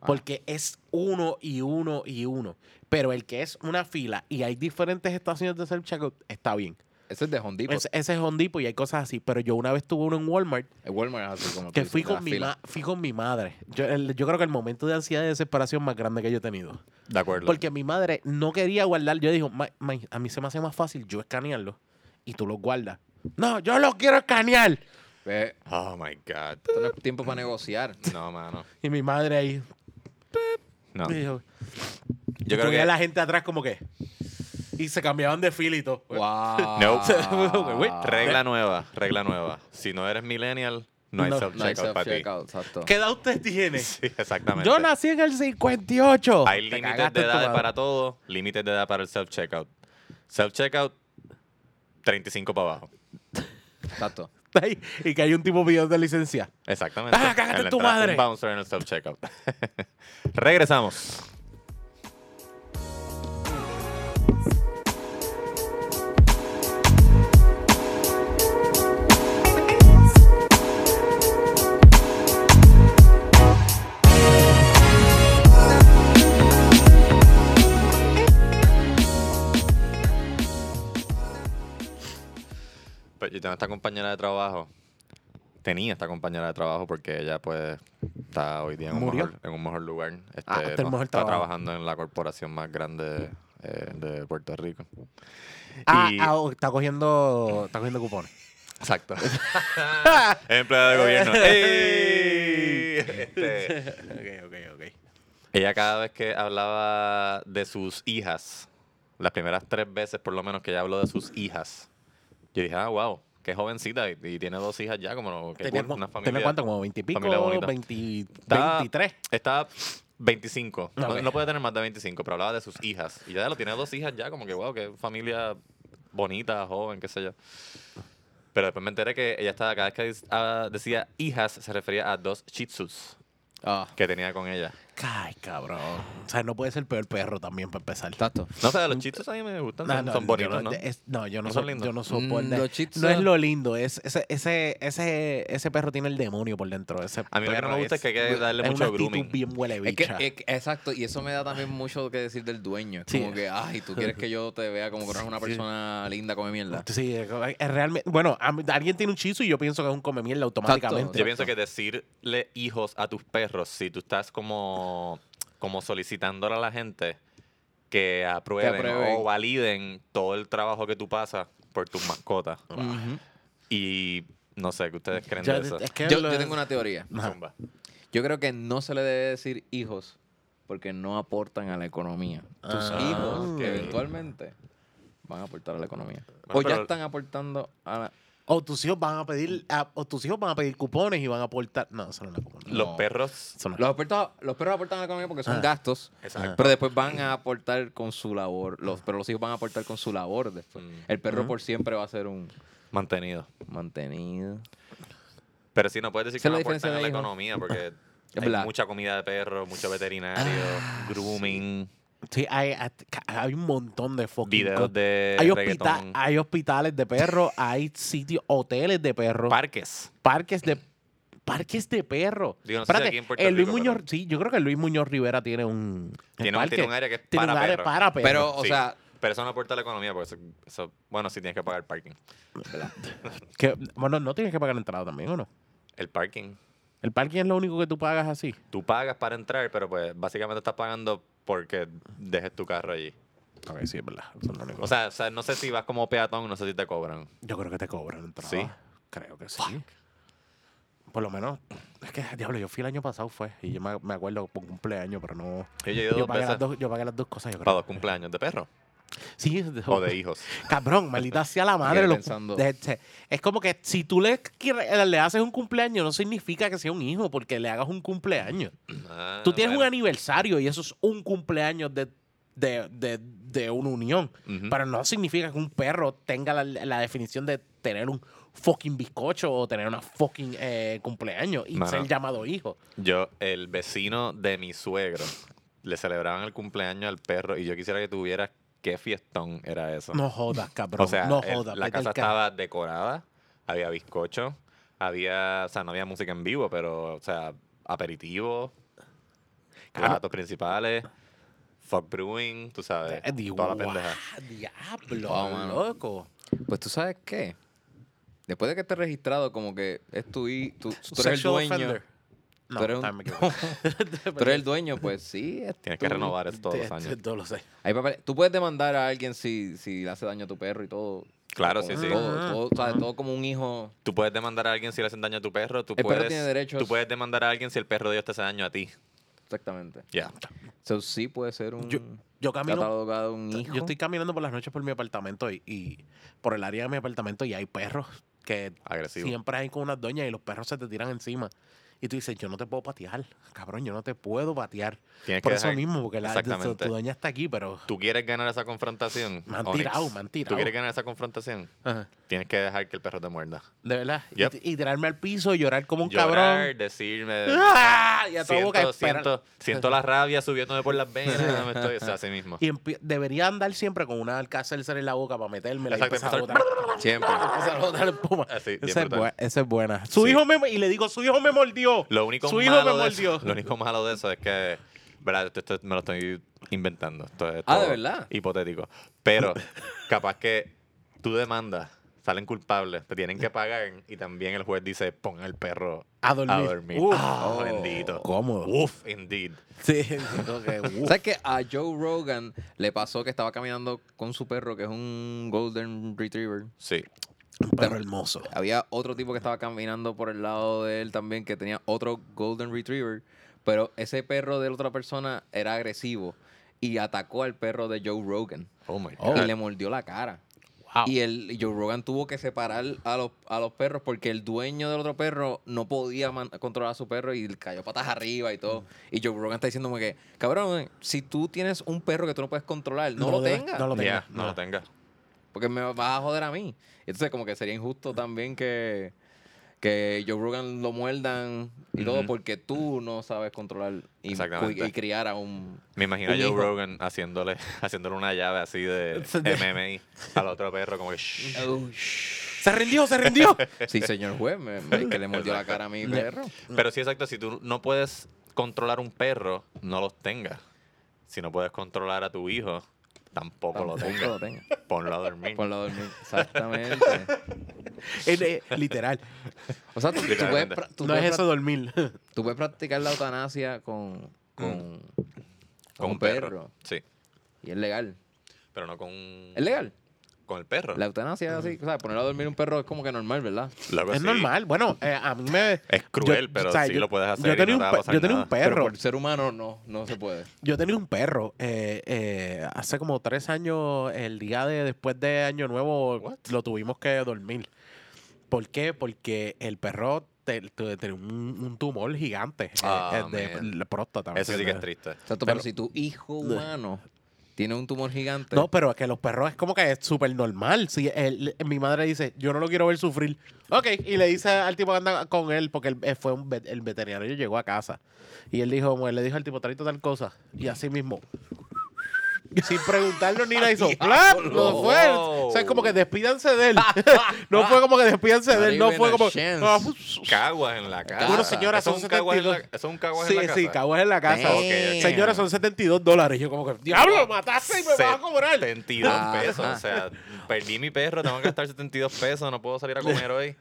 Speaker 3: Ah.
Speaker 2: Porque es uno y uno y uno. Pero el que es una fila y hay diferentes estaciones de self-checkout, está bien.
Speaker 3: Ese es de Home Depot.
Speaker 2: Ese, ese es Hondipo y hay cosas así. Pero yo una vez tuve uno en Walmart
Speaker 3: El Walmart es así como. tú
Speaker 2: que
Speaker 3: dices,
Speaker 2: fui
Speaker 3: de la
Speaker 2: con, mi
Speaker 3: fila.
Speaker 2: ma- fui con mi madre. Yo, el- yo creo que el momento de ansiedad y desesperación más grande que yo he tenido.
Speaker 1: De acuerdo.
Speaker 2: Porque mi madre no quería guardar. Yo dijo, "Ma- ma, a mí se me hace más fácil yo escanearlo y tú los guardas. No, yo los quiero escanear.
Speaker 3: Ve,
Speaker 1: Oh my God.
Speaker 3: esto no es tiempo para
Speaker 2: [LAUGHS]
Speaker 3: negociar.
Speaker 1: No, mano.
Speaker 2: Y mi madre ahí
Speaker 1: No.
Speaker 2: dijo,
Speaker 1: Ah. Yo
Speaker 2: yo
Speaker 1: creo que
Speaker 2: la gente atrás como que. Y se cambiaban de fil y todo.
Speaker 3: Wow. Ah.
Speaker 1: [LAUGHS] No.
Speaker 2: [LAUGHS]
Speaker 1: regla nueva, regla nueva. Si no eres millennial, no hay
Speaker 2: No,
Speaker 3: No hay
Speaker 1: self-checkout para ti.
Speaker 3: self-checkout, exacto.
Speaker 2: ¿Qué edad usted
Speaker 1: [LAUGHS]
Speaker 2: tiene?
Speaker 1: Sí, exactamente.
Speaker 2: Yo nací en el 58.
Speaker 1: Hay
Speaker 2: Te
Speaker 1: límites
Speaker 2: cagaste
Speaker 1: de
Speaker 2: en tu
Speaker 1: edad
Speaker 2: madre.
Speaker 1: para todo, límites de edad para el self-checkout. Self-checkout, 35 para abajo.
Speaker 3: Exacto.
Speaker 2: Ahí, Y que hay un tipo pidiendo licencia.
Speaker 1: Exactamente.
Speaker 2: Ah, cágate
Speaker 1: En la
Speaker 2: tu
Speaker 1: entrada,
Speaker 2: madre.
Speaker 1: Un bouncer en el self-checkout. [LAUGHS] Regresamos. Pues yo tengo esta compañera de trabajo. Tenía esta compañera de trabajo porque ella pues está hoy día en, un
Speaker 2: ¿Murió?
Speaker 1: mejor, en un mejor lugar. Este,
Speaker 2: Ah, está en mejor
Speaker 1: está
Speaker 2: trabajo.
Speaker 1: trabajando en la corporación más grande eh, de Puerto Rico.
Speaker 2: Ah,
Speaker 1: Y-
Speaker 2: ah, oh, está cogiendo, está cogiendo cupones.
Speaker 1: [LAUGHS]
Speaker 2: [LAUGHS]
Speaker 1: Exacto. Empleada de gobierno. ¡Ey! Este,
Speaker 2: ok, ok, ok.
Speaker 1: Ella cada vez que hablaba de sus hijas, las primeras tres veces por lo menos que ella habló de sus hijas, yo dije, ah, wow, qué jovencita y, y tiene dos hijas ya, como no- qué
Speaker 2: ¿Tenía,
Speaker 1: cool,
Speaker 2: cu-
Speaker 1: una
Speaker 2: tenía
Speaker 1: familia.
Speaker 2: cuánto? ¿Como 20 y pico?
Speaker 1: familia bonita.
Speaker 2: 20,
Speaker 1: Está-
Speaker 2: 23.
Speaker 1: Estaba 25, no,
Speaker 2: Ok.
Speaker 1: no puede tener más de 25, pero hablaba de sus hijas. Y ya lo tiene dos hijas ya, como que, wow, qué familia bonita, joven, qué sé yo. Pero después me enteré que ella estaba, cada vez que dis- ah, decía hijas, se refería a dos shih tzus
Speaker 3: Ah,
Speaker 1: que tenía con ella.
Speaker 2: Ay, cabrón. O sea, no puede ser peor perro también para empezar.
Speaker 3: exacto.
Speaker 1: No sé, los shih tzus a mí me gustan,
Speaker 2: No,
Speaker 1: son,
Speaker 2: no,
Speaker 1: son
Speaker 2: yo
Speaker 1: bonitos, ¿no?
Speaker 2: es- no, yo no,
Speaker 1: No son
Speaker 2: so-
Speaker 1: lindos.
Speaker 2: yo no
Speaker 3: Mm,
Speaker 2: soporto.
Speaker 3: los shih tzus-
Speaker 2: no es lo lindo, es ese, ese, ese, ese perro tiene el demonio por dentro. Ese
Speaker 1: A mí lo que no
Speaker 2: perro
Speaker 1: me gusta es que hay que darle
Speaker 2: es
Speaker 1: mucho
Speaker 2: una actitud
Speaker 1: grooming.
Speaker 2: bien huele
Speaker 3: Es que,
Speaker 2: bicha.
Speaker 3: es que- exacto, y eso me da también mucho que decir del dueño. Es
Speaker 2: Sí.
Speaker 3: Como que, ay, tú quieres que yo te vea como que eres una
Speaker 2: Sí.
Speaker 3: persona linda, come mierda.
Speaker 2: Sí, es, es realmente. Bueno, a mí- alguien tiene un chizo y yo pienso que es un come mierda automáticamente.
Speaker 1: Yo pienso que decirle hijos a tus perros, si tú estás como, como solicitándole a la gente que aprueben,
Speaker 3: aprueben.
Speaker 1: o validen todo el trabajo que tú pasas por tus mascotas.
Speaker 3: Ujú.
Speaker 1: Y no sé, ¿qué ustedes creen
Speaker 2: Yo-
Speaker 1: de eso?
Speaker 2: es que
Speaker 3: Yo,
Speaker 2: lo-
Speaker 3: yo tengo una teoría.
Speaker 2: Ajá.
Speaker 1: Zumba.
Speaker 3: Yo creo que no se le debe decir hijos porque no aportan a la economía. Tus
Speaker 2: Ah,
Speaker 3: hijos,
Speaker 2: ok.
Speaker 3: que eventualmente van a aportar a la economía.
Speaker 1: Bueno,
Speaker 3: o ya
Speaker 1: pero-
Speaker 3: están aportando a la...
Speaker 2: O tus hijos van a pedir, a- o tus hijos van a pedir cupones y van a aportar. No, eso no es la cupona.
Speaker 1: Los
Speaker 3: No.
Speaker 1: perros.
Speaker 2: Eso no es-
Speaker 3: Los, aportos- los perros aportan a la economía porque son
Speaker 2: Ah.
Speaker 3: gastos,
Speaker 1: Exacto.
Speaker 3: pero después van a aportar con su labor, los, pero los hijos van a aportar con su labor después.
Speaker 1: Mm.
Speaker 3: El perro por siempre va a ser un
Speaker 1: Mantenido.
Speaker 3: mantenido.
Speaker 1: Pero sí, no puedes decir
Speaker 3: Esa
Speaker 1: que
Speaker 3: es
Speaker 1: no
Speaker 3: la
Speaker 1: aportan
Speaker 3: diferencia
Speaker 1: a la
Speaker 3: de hijo.
Speaker 1: economía porque
Speaker 2: [LAUGHS]
Speaker 1: hay
Speaker 3: verdad.
Speaker 1: mucha comida de perro, mucho veterinario, grooming,
Speaker 2: Ah, Sí, hay, hay un montón de fucking
Speaker 1: videos
Speaker 2: cosas.
Speaker 1: de
Speaker 2: hay, hospita-
Speaker 1: reggaetón,
Speaker 2: hay hospitales de perros,
Speaker 1: [LAUGHS]
Speaker 2: hay sitios, hoteles de perros,
Speaker 1: parques.
Speaker 2: parques de parques de perros.
Speaker 1: Digo, no sé si aquí en Puerto
Speaker 2: el Luis
Speaker 1: Rico,
Speaker 2: Muñoz,
Speaker 1: pero-
Speaker 2: sí, yo creo que el Luis Muñoz Rivera tiene un
Speaker 1: Tiene un-
Speaker 2: parque.
Speaker 1: tiene un área que es
Speaker 2: Tiene un
Speaker 1: para
Speaker 2: área
Speaker 1: perros.
Speaker 2: para perros.
Speaker 3: Pero, o
Speaker 1: Sí.
Speaker 3: sea,
Speaker 1: Pero eso no aporta a la economía porque eso, eso- bueno, sí tienes que pagar parking.
Speaker 2: Que- bueno, no tienes que pagar entrada también, ¿o no?
Speaker 1: El parking.
Speaker 2: El parking es lo único que tú pagas así.
Speaker 1: Tú pagas para entrar, pero pues básicamente estás pagando porque dejes tu carro allí.
Speaker 2: A ver, sí, es verdad. Eso es lo único.
Speaker 1: O sea, o sea, no sé si vas como peatón, no sé si te cobran.
Speaker 2: yo creo que te cobran entrada.
Speaker 1: Sí.
Speaker 2: Creo que sí. Por lo menos, es que, diablo, yo fui el año pasado, fue. Y yo me, me acuerdo por cumpleaños, pero no.
Speaker 1: Yo he ido
Speaker 2: Yo
Speaker 1: dos
Speaker 2: pagué,
Speaker 1: veces
Speaker 2: las dos, yo pagué las dos cosas, yo creo.
Speaker 1: para dos cumpleaños de perro
Speaker 2: Sí, es de-
Speaker 1: o de hijos. [LAUGHS]
Speaker 2: Cabrón, maldita sea la madre.
Speaker 3: Quedé
Speaker 2: los-
Speaker 3: pensando.
Speaker 2: de- de- es como que si tú le, quiere- le haces un cumpleaños, no significa que sea un hijo, porque le hagas un cumpleaños.
Speaker 1: Ah,
Speaker 2: tú tienes un
Speaker 1: bueno.
Speaker 2: aniversario y eso es un cumpleaños de, de, de- de una unión.
Speaker 1: Ujú.
Speaker 2: Pero no significa que un perro tenga la, la definición de tener un fucking bizcocho o tener una fucking eh, cumpleaños y
Speaker 1: Mano.
Speaker 2: ser llamado hijo.
Speaker 1: Yo, el vecino de mi suegro, le celebraban el cumpleaños al perro y yo quisiera que tuvieras qué fiestón era eso.
Speaker 2: No jodas, cabrón.
Speaker 1: o sea,
Speaker 2: no
Speaker 1: el-
Speaker 2: jodas.
Speaker 1: la
Speaker 2: vete al
Speaker 1: casa
Speaker 2: ca-
Speaker 1: estaba decorada, había bizcocho, había, o sea, no había música en vivo, pero, o sea, aperitivos,
Speaker 2: Claro.
Speaker 1: platos principales, fuck brewing, tú sabes,
Speaker 2: Eh, di-
Speaker 1: toda la
Speaker 2: guau,
Speaker 1: pendeja.
Speaker 2: Diablo,
Speaker 3: Wow, mano.
Speaker 2: loco.
Speaker 3: pues tú sabes qué. Después de que estés registrado, como que es tu, hi- tú, tú eres el
Speaker 2: Sexual
Speaker 3: dueño.
Speaker 2: offender. No,
Speaker 3: tú eres un-
Speaker 2: también me
Speaker 3: [LAUGHS]
Speaker 2: equivoqué.
Speaker 3: Tú eres el dueño, pues sí. es
Speaker 1: Tienes que
Speaker 3: tu-
Speaker 1: renovar eso todos los años.
Speaker 2: Todos los años.
Speaker 3: Hay papel- Tú puedes demandar a alguien si, si le hace daño a tu perro y todo.
Speaker 1: Claro,
Speaker 3: Como
Speaker 1: sí, sí.
Speaker 3: Todo, todo, o sea, todo como un hijo.
Speaker 1: Tú puedes demandar a alguien si le hacen daño a tu perro, tú
Speaker 3: El perro
Speaker 1: puedes,
Speaker 3: tiene derechos.
Speaker 1: tú puedes demandar a alguien si el perro de ellos te hace daño a ti.
Speaker 3: Exactamente.
Speaker 1: Ya.
Speaker 3: So, sí puede ser un
Speaker 2: Yo, yo camino.
Speaker 3: catalogado de un hijo.
Speaker 2: Yo estoy caminando por las noches por mi apartamento y, y por el área de mi apartamento y hay perros que
Speaker 1: Agresivo.
Speaker 2: siempre hay con unas doñas y los perros se te tiran encima. Y tú dices, yo no te puedo patear, cabrón, yo no te puedo patear.
Speaker 1: Tienes
Speaker 2: por
Speaker 1: que
Speaker 2: eso
Speaker 1: dejar-
Speaker 2: mismo, porque la, tu,
Speaker 1: Exactamente.
Speaker 2: tu doña está aquí, pero...
Speaker 1: ¿Tú quieres ganar esa confrontación?
Speaker 2: Me han
Speaker 1: Onyx?
Speaker 2: tirado, me han tirado.
Speaker 1: ¿Tú quieres ganar esa confrontación?
Speaker 2: Ajá.
Speaker 1: Tienes que dejar que el perro te muerda.
Speaker 2: De verdad. Y-
Speaker 1: Yep.
Speaker 2: Y, tirarme al piso, llorar como un
Speaker 1: Llorar,
Speaker 2: cabrón.
Speaker 1: decirme.
Speaker 2: ¡Ah! [LAUGHS] Y a toda boca
Speaker 1: Siento,
Speaker 2: esperar.
Speaker 1: siento, siento la rabia subiéndome por las venas.
Speaker 2: [LAUGHS]
Speaker 1: me estoy, o sea, así mismo.
Speaker 2: Y empie- debería andar siempre con una alcácer en la boca para meterme la
Speaker 1: Exacto,
Speaker 2: empezar a
Speaker 1: empezar-
Speaker 2: botar.
Speaker 3: Siempre.
Speaker 2: Empezar a botar espuma.
Speaker 1: Así, bien
Speaker 2: Esa es,
Speaker 1: brutal.
Speaker 2: bue- esa es buena. Su
Speaker 1: Sí.
Speaker 2: hijo me y le digo, su hijo me mordió.
Speaker 1: Lo único,
Speaker 2: su hijo me
Speaker 1: malo de eso,
Speaker 2: mordió.
Speaker 1: lo único malo de eso es que. ¿Verdad? Esto, esto me lo estoy inventando. Esto es
Speaker 3: Ah, ¿de
Speaker 1: todo
Speaker 3: verdad?
Speaker 1: Hipotético. Pero capaz que tú demandas, salen culpables, te tienen que pagar y también el juez dice: ponga al perro
Speaker 2: A dormir. Uf.
Speaker 1: Ah,
Speaker 3: Oh.
Speaker 1: bendito.
Speaker 2: Cómodo.
Speaker 1: Uf, indeed.
Speaker 2: Sí, digo que, uh.
Speaker 3: ¿Sabes que a Joe Rogan le pasó que estaba caminando con su perro, que es un Golden Retriever?
Speaker 1: Sí.
Speaker 2: Un perro hermoso.
Speaker 3: Había otro tipo que estaba caminando por el lado de él también, que tenía otro Golden Retriever, pero ese perro de la otra persona era agresivo y atacó al perro de Joe Rogan
Speaker 1: Oh my
Speaker 2: Oh.
Speaker 1: God.
Speaker 3: y le mordió la cara.
Speaker 2: Wow.
Speaker 3: Y el y Joe Rogan tuvo que separar a los, a los perros porque el dueño del otro perro no podía man- controlar a su perro y cayó patas arriba y todo.
Speaker 2: Mm.
Speaker 3: Y Joe Rogan está diciendo como que, cabrón, eh, si tú tienes un perro que tú no puedes controlar, no,
Speaker 2: No
Speaker 3: lo
Speaker 2: debes-
Speaker 3: tengas.
Speaker 2: no lo-
Speaker 1: Ya,
Speaker 2: tenga,
Speaker 1: no
Speaker 2: no.
Speaker 1: lo tenga.
Speaker 3: Porque me vas a joder a mí. Entonces como que sería injusto también que, que Joe Rogan lo muerdan y todo
Speaker 1: Ujú.
Speaker 3: porque tú no sabes controlar y,
Speaker 1: Exactamente.
Speaker 3: cu- y criar a un...
Speaker 2: [LAUGHS]
Speaker 1: Me imagino a
Speaker 3: Un
Speaker 1: Joe
Speaker 3: hijo.
Speaker 1: Rogan haciéndole, [LAUGHS] haciéndole una llave así de MMI al otro perro, como que "Shh".
Speaker 2: Se rindió,
Speaker 1: [LAUGHS]
Speaker 2: se rindió.
Speaker 3: Sí, señor juez, me- me- que le mordió la cara a mi perro.
Speaker 1: Pero sí, exacto, si tú no puedes controlar un perro, no los tengas. Si no puedes controlar a tu hijo, tampoco, lo
Speaker 3: Tampoco
Speaker 1: tengas.
Speaker 3: lo
Speaker 1: [LAUGHS]
Speaker 3: tenga.
Speaker 1: Ponlo a dormir.
Speaker 3: Ponlo a dormir. Exactamente.
Speaker 2: El, eh, literal.
Speaker 3: O sea, tú, tú puedes,
Speaker 1: Literalmente.
Speaker 3: pra- tú
Speaker 2: No es
Speaker 3: puedes
Speaker 2: eso
Speaker 3: pra-
Speaker 2: dormir.
Speaker 3: tú puedes practicar la eutanasia con, con,
Speaker 1: Mm. Con un perro. Sí,
Speaker 3: Y es legal.
Speaker 1: pero no con un...
Speaker 3: ¿Es legal?
Speaker 1: con el perro.
Speaker 3: La eutanasia es así, o sea, poner a dormir un perro es como que normal, ¿verdad?
Speaker 1: Loco,
Speaker 2: Es
Speaker 1: sí.
Speaker 2: normal. Bueno, eh, a mí me.
Speaker 1: Es cruel,
Speaker 2: yo-
Speaker 1: pero
Speaker 2: o sea,
Speaker 1: sí
Speaker 2: yo-
Speaker 1: lo puedes hacer.
Speaker 2: Yo
Speaker 1: y
Speaker 2: tenía,
Speaker 1: no te va a
Speaker 2: un, pe-
Speaker 1: pasar
Speaker 2: yo tenía un
Speaker 1: nada.
Speaker 3: Pero
Speaker 2: perro.
Speaker 3: por ser humano no, no se puede.
Speaker 2: Yo tenía un perro eh, eh, hace como tres años, el día de después de Año Nuevo,
Speaker 1: What?
Speaker 2: lo tuvimos que dormir. ¿Por qué? Porque el perro te- te- tenía un, un tumor gigante eh,
Speaker 1: Ah,
Speaker 2: eh, de
Speaker 1: man.
Speaker 2: la próstata. ¿me
Speaker 1: Eso sí que es
Speaker 2: entiendes?
Speaker 1: triste.
Speaker 3: Exacto,
Speaker 2: Pero-
Speaker 3: pero, si tu hijo humano tiene un tumor
Speaker 1: Este.
Speaker 3: gigante,
Speaker 2: No, pero es que los perros es como que es súper normal. Si el- mi madre dice, yo no lo quiero ver sufrir. Ok, y le dice al tipo que anda con él, porque él, eh, fue un vet- el veterinario llegó a casa. Y él dijo, bueno, le dijo al tipo, tráete tal cosa. Y así mismo. Sin
Speaker 1: [LAUGHS]
Speaker 2: preguntarlo ni nada hizo. ¡Plap! Lo fue. O sea, es como que despídanse de él. [LAUGHS] no fue como que despídanse de él. No
Speaker 3: Not
Speaker 2: fue
Speaker 3: even a
Speaker 2: como.
Speaker 3: chance.
Speaker 2: Ah, pf,
Speaker 1: Caguas en la casa.
Speaker 2: Bueno, señora,
Speaker 1: Eso es
Speaker 2: son
Speaker 1: un caguas en la,
Speaker 2: 72.
Speaker 1: eso es un caguas
Speaker 2: sí,
Speaker 1: en la casa.
Speaker 2: sí, caguas en la casa.
Speaker 1: Ok, ok.
Speaker 2: Señora, son 72 dólares. Yo como que, diablo, mataste y me vas a cobrar.
Speaker 1: 72
Speaker 3: Ah.
Speaker 1: pesos. O sea, perdí mi perro, tengo que gastar 72 pesos, no puedo salir a
Speaker 2: [LAUGHS]
Speaker 1: comer hoy.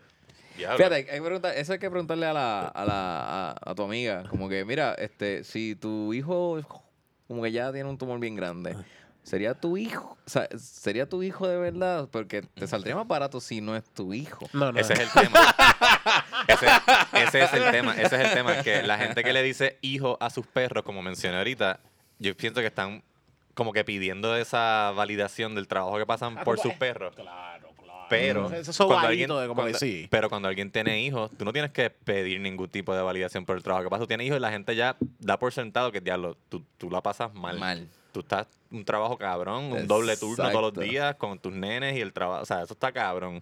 Speaker 1: Diablo.
Speaker 3: Fíjate, hay que preguntar- eso hay que preguntarle a, la, a, la, a, a tu amiga. Como que, mira, este, si tu hijo como que ya tiene un tumor bien grande, ¿sería tu hijo? O sea, ¿sería tu hijo de verdad? Porque te saldría más barato si no es tu hijo.
Speaker 2: No, no.
Speaker 1: Ese es el tema. Ese, ese es el tema. Ese es el tema. Que la gente que le dice hijo a sus perros, como mencioné ahorita, yo pienso que están como que pidiendo esa validación del trabajo que pasan por sus perros.
Speaker 2: Claro, claro.
Speaker 1: Pero
Speaker 2: Eso es sobaíto de eh, como
Speaker 1: cuando-
Speaker 2: que sí.
Speaker 1: pero cuando alguien tiene hijos, tú no tienes que pedir ningún tipo de validación por el trabajo que pasa. Tú tienes hijos y la gente ya da por sentado que diablo, tú, tú la pasas mal.
Speaker 3: Mal.
Speaker 1: Tú estás un trabajo cabrón, un doble turno todos los
Speaker 3: Exacto.
Speaker 1: días con tus nenes y el trabajo. O sea, eso está cabrón.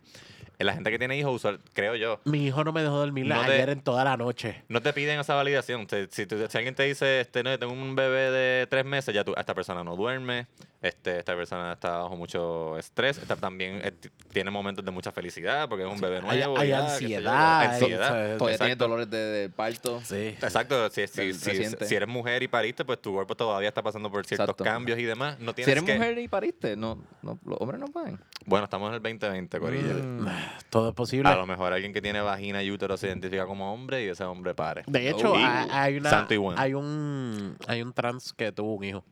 Speaker 1: Eh, La gente que tiene hijos, usual- creo yo,
Speaker 2: Mi hijo no me dejó dormir
Speaker 1: No te-
Speaker 2: ayer en toda la noche.
Speaker 1: no te piden esa validación. Te- si, tú- si alguien te dice, este, no, yo tengo un bebé de tres meses, ya tú, esta persona no duerme, este, esta persona está bajo mucho estrés, esta también eh, t- tiene momentos de mucha felicidad porque es un bebé
Speaker 2: Hay-
Speaker 1: nuevo.
Speaker 2: hay
Speaker 1: ya, qué sé yo,
Speaker 2: ansiedad, hay-
Speaker 1: ansiedad.
Speaker 2: o pues,
Speaker 3: Todavía tiene
Speaker 1: Exacto.
Speaker 3: dolores de, de parto.
Speaker 2: Sí.
Speaker 1: Exacto, si, si-
Speaker 3: Del
Speaker 1: si-
Speaker 3: reciente.
Speaker 1: si eres mujer y pariste, pues tu cuerpo todavía está pasando por ciertos
Speaker 3: Exacto.
Speaker 1: cambios y demás. No tienes
Speaker 3: Si eres
Speaker 1: que-
Speaker 3: mujer y pariste, no, no, los hombres no pueden.
Speaker 1: Bueno, estamos en el 2020, Corilla.
Speaker 3: Mm.
Speaker 2: Todo es posible.
Speaker 1: A lo mejor alguien que tiene vagina y útero se identifica como hombre y ese hombre pare.
Speaker 2: De hecho,
Speaker 1: Oh.
Speaker 2: ha- hay una,
Speaker 1: Santo y bueno.
Speaker 2: hay un hay un trans que tuvo un hijo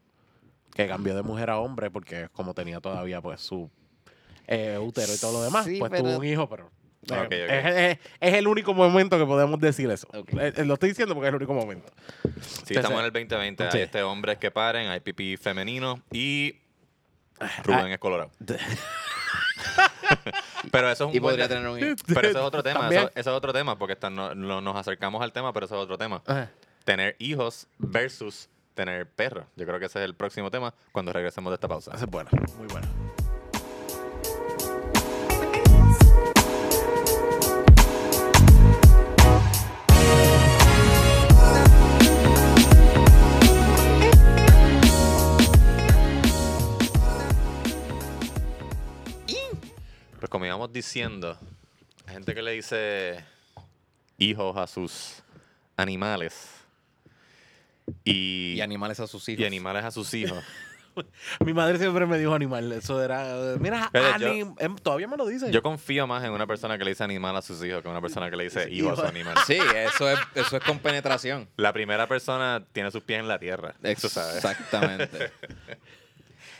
Speaker 2: que cambió de mujer a hombre porque como tenía todavía pues su eh, útero y todo lo demás,
Speaker 3: Sí,
Speaker 2: pues
Speaker 3: pero-
Speaker 2: tuvo un hijo, pero eh,
Speaker 1: Ok, ok.
Speaker 2: Es, es- es el único momento que podemos decir eso.
Speaker 3: Ok.
Speaker 2: Eh, eh, Lo estoy diciendo porque es el único momento.
Speaker 1: Sí, estamos en el 2020.
Speaker 2: Sí.
Speaker 1: Hay este hombres que paren, hay pipí femenino y
Speaker 2: Ah,
Speaker 1: Rubén es colorado. [LAUGHS] pero eso es un
Speaker 3: Y
Speaker 1: buen-
Speaker 3: podría tener
Speaker 1: [LAUGHS]
Speaker 3: un hijo.
Speaker 1: Pero eso es otro tema,
Speaker 2: También.
Speaker 1: eso, eso es otro tema, porque está- no- no- nos acercamos al tema, pero eso es otro tema.
Speaker 2: Ajá.
Speaker 1: Tener hijos versus tener perros. Yo creo que ese es el próximo tema cuando regresemos de esta pausa.
Speaker 2: Esa es buena, muy buena.
Speaker 1: Pues como íbamos diciendo, la gente que le dice hijos a sus animales y,
Speaker 3: Y animales a sus hijos.
Speaker 1: y animales a sus hijos.
Speaker 2: Mi madre siempre me dijo animal. Eso era. eh, Mira,
Speaker 1: Fíjate, yo-
Speaker 2: anim- em, todavía me lo dice.
Speaker 1: Yo confío más en una persona que le dice animal a sus hijos que una persona que le dice hijo a su animal.
Speaker 3: Sí, eso es, eso es con penetración.
Speaker 1: La primera persona tiene sus pies en la tierra. Eso sabes.
Speaker 2: [LAUGHS]
Speaker 3: Exactamente.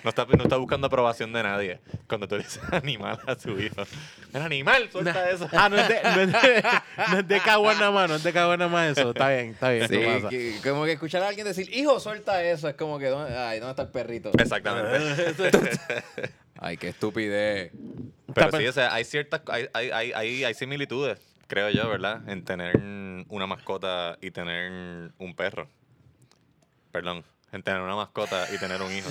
Speaker 1: No está, no está buscando aprobación de nadie cuando tú le dices [LAUGHS] animal a su hijo. ¡El animal! ¡Suelta eso!
Speaker 2: Ah, no es de, no es de, no es de cagua nada más, no es de cagua nada más eso. Está bien, está bien.
Speaker 3: Sí,
Speaker 2: eso pasa.
Speaker 3: que- como que escuchar a alguien decir, hijo, suelta eso, es como que, ¿dónde, ay, ¿dónde está el perrito?
Speaker 1: Exactamente.
Speaker 3: Ay, qué estupidez.
Speaker 1: Pero sí, o sea, hay ciertas... Hay, hay, hay, hay, hay similitudes, creo yo, ¿verdad? En tener una mascota y tener un perro. Perdón. En tener una mascota y tener un hijo.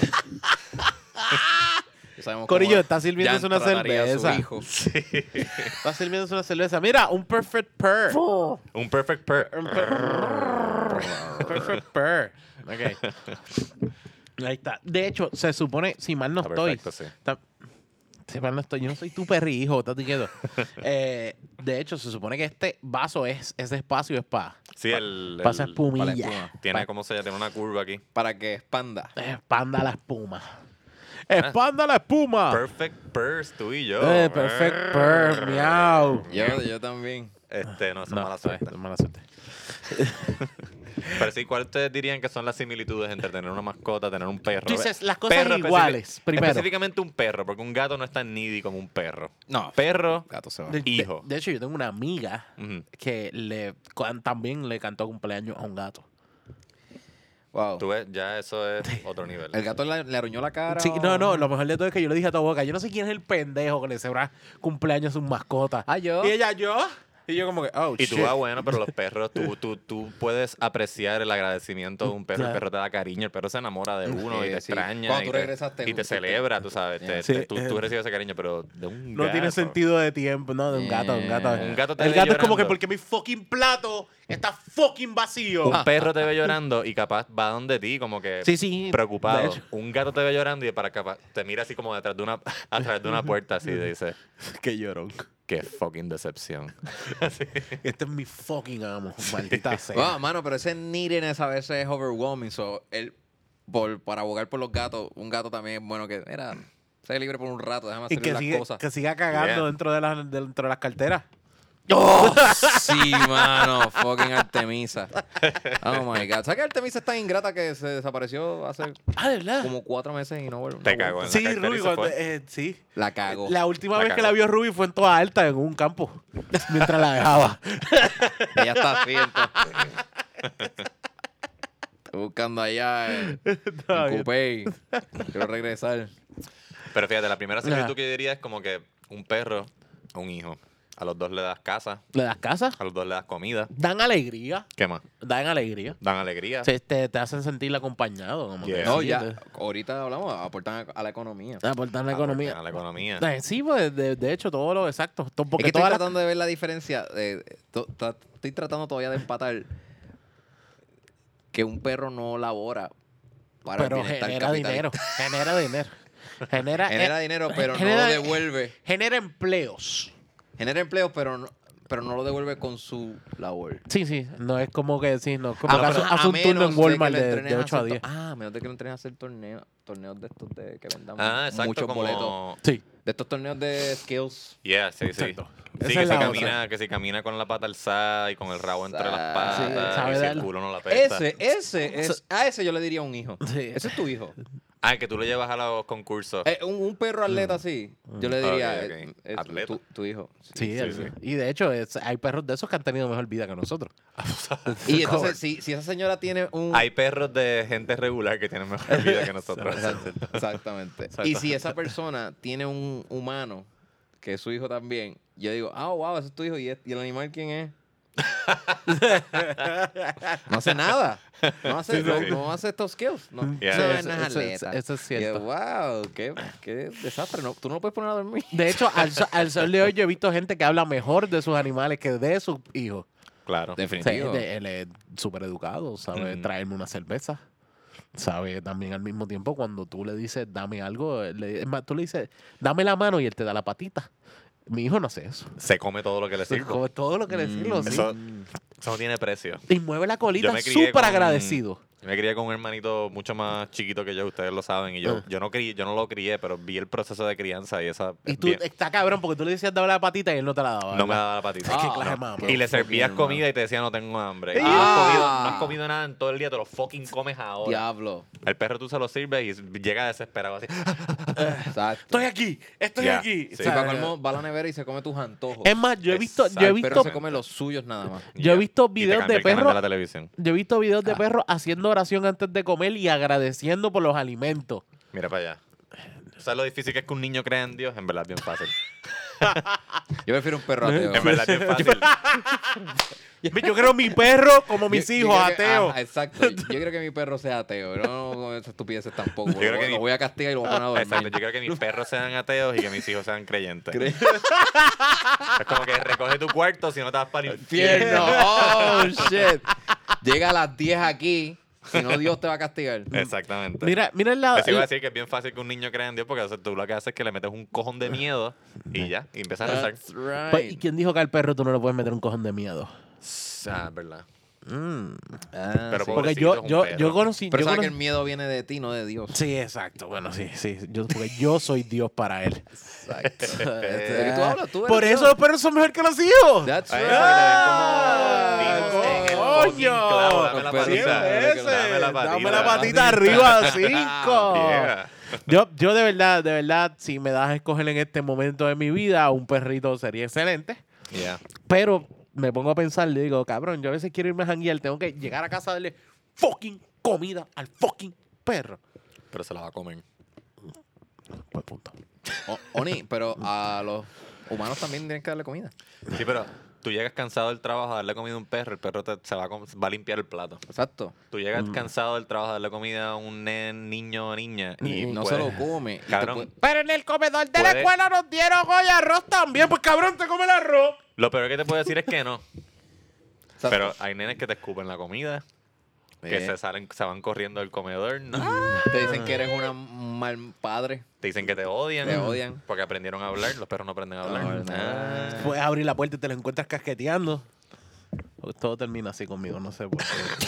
Speaker 3: Ya sabemos
Speaker 2: Corillo,
Speaker 3: cómo
Speaker 2: está sirviéndose
Speaker 3: Jan
Speaker 2: una
Speaker 3: trataría a su
Speaker 2: cerveza.
Speaker 3: hijo.
Speaker 2: Está sirviéndose una cerveza. Mira, un perfect purr.
Speaker 1: Un perfect per.
Speaker 2: Un per- perfect purr. Ok. Ahí está. De hecho, se supone, si mal no
Speaker 1: Está
Speaker 2: estoy.
Speaker 1: perfecto, sí.
Speaker 2: está- si mal no estoy, yo no soy tu perri, hijo,
Speaker 1: [LAUGHS]
Speaker 2: estate quieto. Eh, de hecho, se supone que este vaso es, ese espacio es para.
Speaker 1: Sí, el...
Speaker 2: Pasa
Speaker 1: el-
Speaker 2: espumilla.
Speaker 1: para la espuma. Tiene, ¿cómo se llama? Tiene una curva aquí.
Speaker 3: Para que expanda.
Speaker 2: Expanda la espuma.
Speaker 1: Eh.
Speaker 2: Expanda la espuma.
Speaker 1: Perfect Purse, tú y yo.
Speaker 2: Ah. Eh, perfect purr, miau.
Speaker 3: Yo, yo también.
Speaker 1: Este, no, eso es
Speaker 2: No,
Speaker 1: mala
Speaker 2: sabes,
Speaker 1: suerte.
Speaker 2: es mala suerte.
Speaker 1: Pero sí, ¿cuáles ustedes dirían que son las similitudes entre tener una mascota, tener un perro?
Speaker 2: Tú dices las cosas
Speaker 1: específic-
Speaker 2: iguales, primero.
Speaker 1: Específicamente un perro, porque un gato no es tan needy como un perro.
Speaker 3: No,
Speaker 1: Perro,
Speaker 3: gato se va.
Speaker 2: De, de-
Speaker 1: Hijo.
Speaker 2: de hecho, yo tengo una amiga
Speaker 1: ujú,
Speaker 2: que le cuan- también le cantó cumpleaños a un gato.
Speaker 3: Wow.
Speaker 1: tú ves, ya eso es otro
Speaker 2: [LAUGHS]
Speaker 1: nivel.
Speaker 3: El gato le, le arruñó la cara.
Speaker 2: Sí,
Speaker 3: o-
Speaker 2: no, no, lo mejor de todo es que yo le dije a tu boca, yo no sé quién es el pendejo que le celebra cumpleaños a su mascota.
Speaker 3: Ah, yo.
Speaker 2: Y ella, yo. Y yo como que, oh,
Speaker 1: Y tú,
Speaker 2: shit. [LAUGHS]
Speaker 1: ah, bueno, pero los perros, tú, tú, tú puedes apreciar el agradecimiento de un perro. El
Speaker 2: Claro.
Speaker 1: perro te da cariño, el perro se enamora de uno y
Speaker 3: Sí,
Speaker 1: te
Speaker 3: sí.
Speaker 1: extraña.
Speaker 3: Cuando
Speaker 1: y
Speaker 3: tú
Speaker 1: te-
Speaker 3: regresas, te-
Speaker 1: Y te celebra, tú sabes. te-
Speaker 2: Sí,
Speaker 1: te- tú, tú
Speaker 2: eh.
Speaker 1: recibes ese cariño, pero de un
Speaker 2: No
Speaker 1: gato.
Speaker 2: tiene sentido de tiempo. No, de un gato, de un gato.
Speaker 3: Eh,
Speaker 1: Un gato te
Speaker 2: el
Speaker 1: ve
Speaker 2: gato es como
Speaker 1: llorando.
Speaker 2: que porque mi fucking plato está fucking vacío.
Speaker 1: Un perro te ve llorando y capaz va donde ti, como que
Speaker 2: Sí, sí, de
Speaker 1: preocupado.
Speaker 2: hecho. [LAUGHS]
Speaker 1: Un gato te ve llorando y para capaz te mira así como detrás de una, [LAUGHS] a través de una puerta, así te dice,
Speaker 2: Qué llorón.
Speaker 1: qué fucking decepción.
Speaker 2: Este es mi fucking amo, maldita sea.
Speaker 3: Wow, mano, pero ese neediness a veces es overwhelming. So, él, por, para abogar por los gatos, un gato también es bueno que, mira, sé libre por un rato, déjame
Speaker 2: Y
Speaker 3: hacer
Speaker 2: que,
Speaker 3: las
Speaker 2: sigue-
Speaker 3: cosas.
Speaker 2: que siga cagando
Speaker 1: Yeah.
Speaker 2: dentro, de las, dentro de las carteras.
Speaker 3: ¡Oh! [LAUGHS] sí, mano, fucking Artemisa. Oh my god. ¿Sabes que Artemisa es tan ingrata que se desapareció hace
Speaker 2: Ah, de verdad.
Speaker 3: como cuatro meses y no vuelve?
Speaker 1: Te
Speaker 3: no
Speaker 1: cago
Speaker 3: vuelve?
Speaker 1: en la
Speaker 2: Sí,
Speaker 1: cartera y
Speaker 2: Ruby,
Speaker 1: se
Speaker 2: cuando-
Speaker 1: fue.
Speaker 2: eh, sí.
Speaker 3: La cago.
Speaker 2: La última
Speaker 1: La
Speaker 2: vez que
Speaker 1: cagó.
Speaker 2: la vio Ruby fue en toda alta, en un campo, mientras la
Speaker 3: [LAUGHS]
Speaker 2: dejaba.
Speaker 3: Ella está así, entonces. Estoy buscando allá el,
Speaker 2: Todavía.
Speaker 3: coupé. Quiero regresar.
Speaker 1: Pero fíjate, la primera
Speaker 2: Ajá.
Speaker 1: similitud que yo diría es como que un perro, un hijo. A los dos le das casa,
Speaker 2: ¿Le das casa?
Speaker 1: a los dos le das comida.
Speaker 2: Dan alegría.
Speaker 1: ¿Qué más?
Speaker 2: Dan alegría.
Speaker 1: Dan alegría.
Speaker 2: Se- este, te, te hacen sentir acompañado. Como que,
Speaker 1: Yeah.
Speaker 3: No,
Speaker 2: sí,
Speaker 3: ya. Ah,
Speaker 2: te-
Speaker 3: Ahorita hablamos, aportan a- a la economía.
Speaker 2: Aportan la
Speaker 1: Aportan
Speaker 2: economía.
Speaker 1: A Ah, la economía.
Speaker 2: Eh, Sí, pues, de, de hecho, todo lo exacto. To-
Speaker 3: es
Speaker 2: Porque
Speaker 3: que estoy
Speaker 2: todas las-
Speaker 3: tratando de ver la diferencia. eh, to- tra- estoy tratando todavía de empatar que un perro no labora para el
Speaker 2: pero
Speaker 3: bienestar
Speaker 2: genera
Speaker 3: capitalista.
Speaker 2: dinero, genera dinero.
Speaker 3: [LAUGHS]
Speaker 2: Genera,
Speaker 3: Genera
Speaker 2: eh,
Speaker 3: dinero, pero no
Speaker 2: genera-
Speaker 3: lo devuelve.
Speaker 2: genera empleos.
Speaker 3: Genera empleo, pero no, pero no lo devuelve con su labor.
Speaker 2: Sí, sí. No es como que sí, no es como
Speaker 3: Ah,
Speaker 2: que
Speaker 3: pero
Speaker 2: hace-
Speaker 3: a
Speaker 2: hace un turno
Speaker 3: menos
Speaker 2: en
Speaker 3: de que
Speaker 2: Walmart
Speaker 3: lo
Speaker 2: de,
Speaker 3: entrenes
Speaker 2: de 8 a
Speaker 3: hacer
Speaker 2: 10.
Speaker 3: to- Ah, a menos de que lo entrenes a hacer torneos. Torneos de estos de que vendamos
Speaker 1: Ah, exacto.
Speaker 3: muchos
Speaker 1: como...
Speaker 3: boletos.
Speaker 2: Sí.
Speaker 3: De estos torneos de skills.
Speaker 1: Yeah, sí, sí.
Speaker 2: Exacto. Esa
Speaker 1: Sí,
Speaker 2: es
Speaker 1: que
Speaker 2: la
Speaker 1: se,
Speaker 2: otra.
Speaker 1: camina, que se camina con la pata alzada y con el rabo entre las
Speaker 3: Exacto. Sí,
Speaker 1: patas
Speaker 2: sabe
Speaker 1: y si
Speaker 2: dar-
Speaker 1: el culo no la pesa.
Speaker 3: Ese, ese, es, a ese yo le diría un hijo.
Speaker 2: Sí.
Speaker 3: Ese es tu hijo.
Speaker 1: Ah, que tú lo llevas a los concursos.
Speaker 3: Eh, un, un perro atleta así, yo le diría,
Speaker 1: Ah, Ok, ok.
Speaker 3: eh, eh,
Speaker 1: Atleta.
Speaker 3: Tu, tu hijo.
Speaker 2: Mm. Sí, el-
Speaker 1: sí.
Speaker 2: y de hecho es- hay perros de esos que han tenido mejor vida que nosotros.
Speaker 3: Y entonces, si, si esa señora tiene
Speaker 2: uh.
Speaker 3: un... [LAUGHS]
Speaker 1: Hay perros de gente regular que tienen mejor vida
Speaker 2: [LAUGHS]
Speaker 1: que nosotros. [LAUGHS]
Speaker 3: Exactamente. Y si esa persona tiene un humano, que es su hijo también, yo digo, ah, wow, ese es tu hijo. ¿Y, es- y el animal quién es? [LAUGHS] no hace nada. No hace,
Speaker 1: Sí, sí,
Speaker 3: no,
Speaker 1: sí.
Speaker 3: no hace estos skills. No,
Speaker 1: Yeah.
Speaker 3: no,
Speaker 1: Sí,
Speaker 2: Mm. eso-
Speaker 3: no es
Speaker 2: eso-
Speaker 3: atleta.
Speaker 2: eso es
Speaker 3: Y yo,
Speaker 2: cierto.
Speaker 3: wow, qué, qué desastre. No, tú no lo puedes poner a dormir.
Speaker 2: De
Speaker 3: [LAUGHS]
Speaker 2: hecho, al, so- al sol de hoy yo he visto gente que habla mejor de sus animales que de sus hijos.
Speaker 1: Claro.
Speaker 2: O sea,
Speaker 3: Definitivo.
Speaker 2: de- él es súper educado, sabe
Speaker 1: Ujú.
Speaker 2: traerme una cerveza. Sabe también al mismo tiempo cuando tú le dices, dame algo, él le- es más, tú le dices, dame la mano y él te da la patita. Mi hijo no hace eso.
Speaker 1: Se come todo lo que le sirvo.
Speaker 2: [LAUGHS] Como todo lo que le decirlo, sí.
Speaker 1: Mm, Eso, eso no tiene precio.
Speaker 2: Y mueve la colita
Speaker 1: Yo me crié
Speaker 2: súper
Speaker 1: con-
Speaker 2: agradecido.
Speaker 1: Yo me crié con un hermanito mucho más chiquito que yo, ustedes lo saben. Y yo,
Speaker 2: Ah.
Speaker 1: yo, no, crié, yo no lo crié, pero vi el proceso de crianza y esa.
Speaker 2: Y
Speaker 1: es
Speaker 2: tú,
Speaker 1: bien-
Speaker 2: está cabrón, porque tú le decías dame la patita y él no te la daba.
Speaker 1: no me
Speaker 2: ¿verdad?
Speaker 1: daba la patita.
Speaker 2: Es que
Speaker 3: Ah,
Speaker 2: clase
Speaker 3: no.
Speaker 2: mamá.
Speaker 1: Y le servías
Speaker 3: Fucking
Speaker 1: comida y te decía no tengo hambre. Y
Speaker 2: Ah.
Speaker 1: no, has comido, no has comido nada en todo el día, te lo fucking comes ahora.
Speaker 3: Diablo.
Speaker 1: El perro tú se lo sirves y llega desesperado así. "Ah,
Speaker 3: Exacto.
Speaker 2: Estoy aquí, estoy
Speaker 1: Ya,
Speaker 2: aquí.
Speaker 1: sí.
Speaker 2: O sea,
Speaker 3: Sí, para colmo, va a la nevera y se come tus antojos.
Speaker 2: es más, yo he visto, yo he
Speaker 1: Exacto,
Speaker 2: visto,
Speaker 3: Pero se come los suyos nada más.
Speaker 2: yo he visto
Speaker 1: Y te
Speaker 2: videos
Speaker 1: cambia
Speaker 2: de
Speaker 1: el canal de
Speaker 2: perros
Speaker 1: la televisión.
Speaker 2: Yo he visto videos de
Speaker 3: Ah.
Speaker 2: perros haciendo oración antes de comer y agradeciendo por los
Speaker 3: [LAUGHS]
Speaker 2: alimentos.
Speaker 1: Mira para allá. ¿Sabes lo difícil que es que un niño crea en Dios? En verdad es bien
Speaker 2: [LAUGHS]
Speaker 1: fácil.
Speaker 3: Yo prefiero un perro
Speaker 2: ¿Eh?
Speaker 3: ateo.
Speaker 1: En verdad
Speaker 2: [LAUGHS]
Speaker 1: es bien fácil.
Speaker 2: Yo creo mi perro como mis
Speaker 3: Yo- yo
Speaker 2: hijos,
Speaker 3: creo que-
Speaker 2: ateo.
Speaker 3: ajá, exacto. Yo creo que mi perro sea ateo. Yo No, no esas estupideces tampoco.
Speaker 1: creo
Speaker 3: lo,
Speaker 1: que mi-
Speaker 3: voy a castigar y lo voy a
Speaker 2: Ah,
Speaker 3: poner a
Speaker 1: Exacto,
Speaker 3: dormir.
Speaker 1: yo creo que mis perros sean ateos y que mis hijos sean creyentes. Es como que recoge tu cuarto si no te vas para el
Speaker 3: [LAUGHS]
Speaker 2: [LAUGHS]
Speaker 3: Infierno.
Speaker 1: infierno.
Speaker 3: Oh, shit. Llega a las 10 aquí. Si no, Dios te va a castigar.
Speaker 1: Exactamente.
Speaker 2: Mira, mira el lado.
Speaker 1: Les iba a decir que es bien fácil que un niño crea en Dios porque o sea, tú lo que haces es que le metes un cojón de miedo y ya, y empiezas a rezar.
Speaker 3: That's right.
Speaker 2: Pues, ¿Y quién dijo que al perro tú no le puedes meter un cojón de miedo?
Speaker 1: Ah, verdad.
Speaker 3: Ah,
Speaker 1: Pero
Speaker 3: sí.
Speaker 1: pobre-
Speaker 2: Porque
Speaker 1: Pobrecito,
Speaker 2: yo,
Speaker 1: es un
Speaker 2: yo,
Speaker 1: perro.
Speaker 2: yo conocí.
Speaker 3: Pero
Speaker 2: yo
Speaker 3: sabes que el
Speaker 2: conocí-
Speaker 3: miedo viene de ti, no de Dios.
Speaker 2: Sí, exacto. Bueno, sí, sí. Yo, porque yo soy Dios para él. [LAUGHS]
Speaker 3: Exacto. Este, ¿de qué tú hablas? Tú eres
Speaker 2: Ah, Por
Speaker 3: Dios.
Speaker 2: eso los perros son mejor que los hijos.
Speaker 3: That's
Speaker 1: Ahí
Speaker 3: right.
Speaker 1: se ve como
Speaker 2: Ah,
Speaker 1: vivos en el
Speaker 2: coño.
Speaker 1: fucking
Speaker 2: ¡Coño!
Speaker 1: clavo, dame la
Speaker 3: Pero
Speaker 2: Cien
Speaker 1: patita.
Speaker 2: veces.
Speaker 1: Dame la patita.
Speaker 2: Dame la patita arriba, cinco.
Speaker 1: Ah, [LAUGHS] Yeah.
Speaker 2: Yo, yo de verdad, de verdad, si me das a escoger en este momento de mi vida, un perrito sería excelente.
Speaker 1: Yeah.
Speaker 2: Pero me pongo a pensar, le digo, cabrón, yo a veces quiero irme a janguear, tengo que llegar a casa a darle fucking comida al fucking perro.
Speaker 1: Pero se la va a comer.
Speaker 2: Pues punto.
Speaker 3: O- Oni, pero a los humanos también tienen que darle comida.
Speaker 1: Sí, pero tú llegas cansado del trabajo a darle comida a un perro, el perro te- se va a, com- va a limpiar el plato.
Speaker 3: Exacto.
Speaker 1: Tú llegas cansado del trabajo a darle comida a un nen, niño o niña y
Speaker 3: Y no
Speaker 1: puedes-
Speaker 3: se lo come. y te
Speaker 1: Cabrón.
Speaker 3: pu-
Speaker 2: Pero en el comedor de la
Speaker 1: Puede-
Speaker 2: escuela nos dieron hoy arroz también, pues cabrón, te come el arroz.
Speaker 1: Lo peor que te puedo decir es que [LAUGHS] no.
Speaker 3: Exacto.
Speaker 1: Pero hay nenes que te escupen la comida, que
Speaker 3: Eh,
Speaker 1: se salen, se van corriendo del comedor, ¿no?
Speaker 3: Te dicen que eres una- un mal padre.
Speaker 1: Te dicen que te odian.
Speaker 3: Te odian.
Speaker 1: Porque aprendieron a hablar, los perros no aprenden a hablar.
Speaker 3: No, no.
Speaker 1: Ah.
Speaker 2: Puedes abrir la puerta y te lo encuentras casqueteando. Todo termina así conmigo, no sé por
Speaker 3: [LAUGHS]
Speaker 2: qué.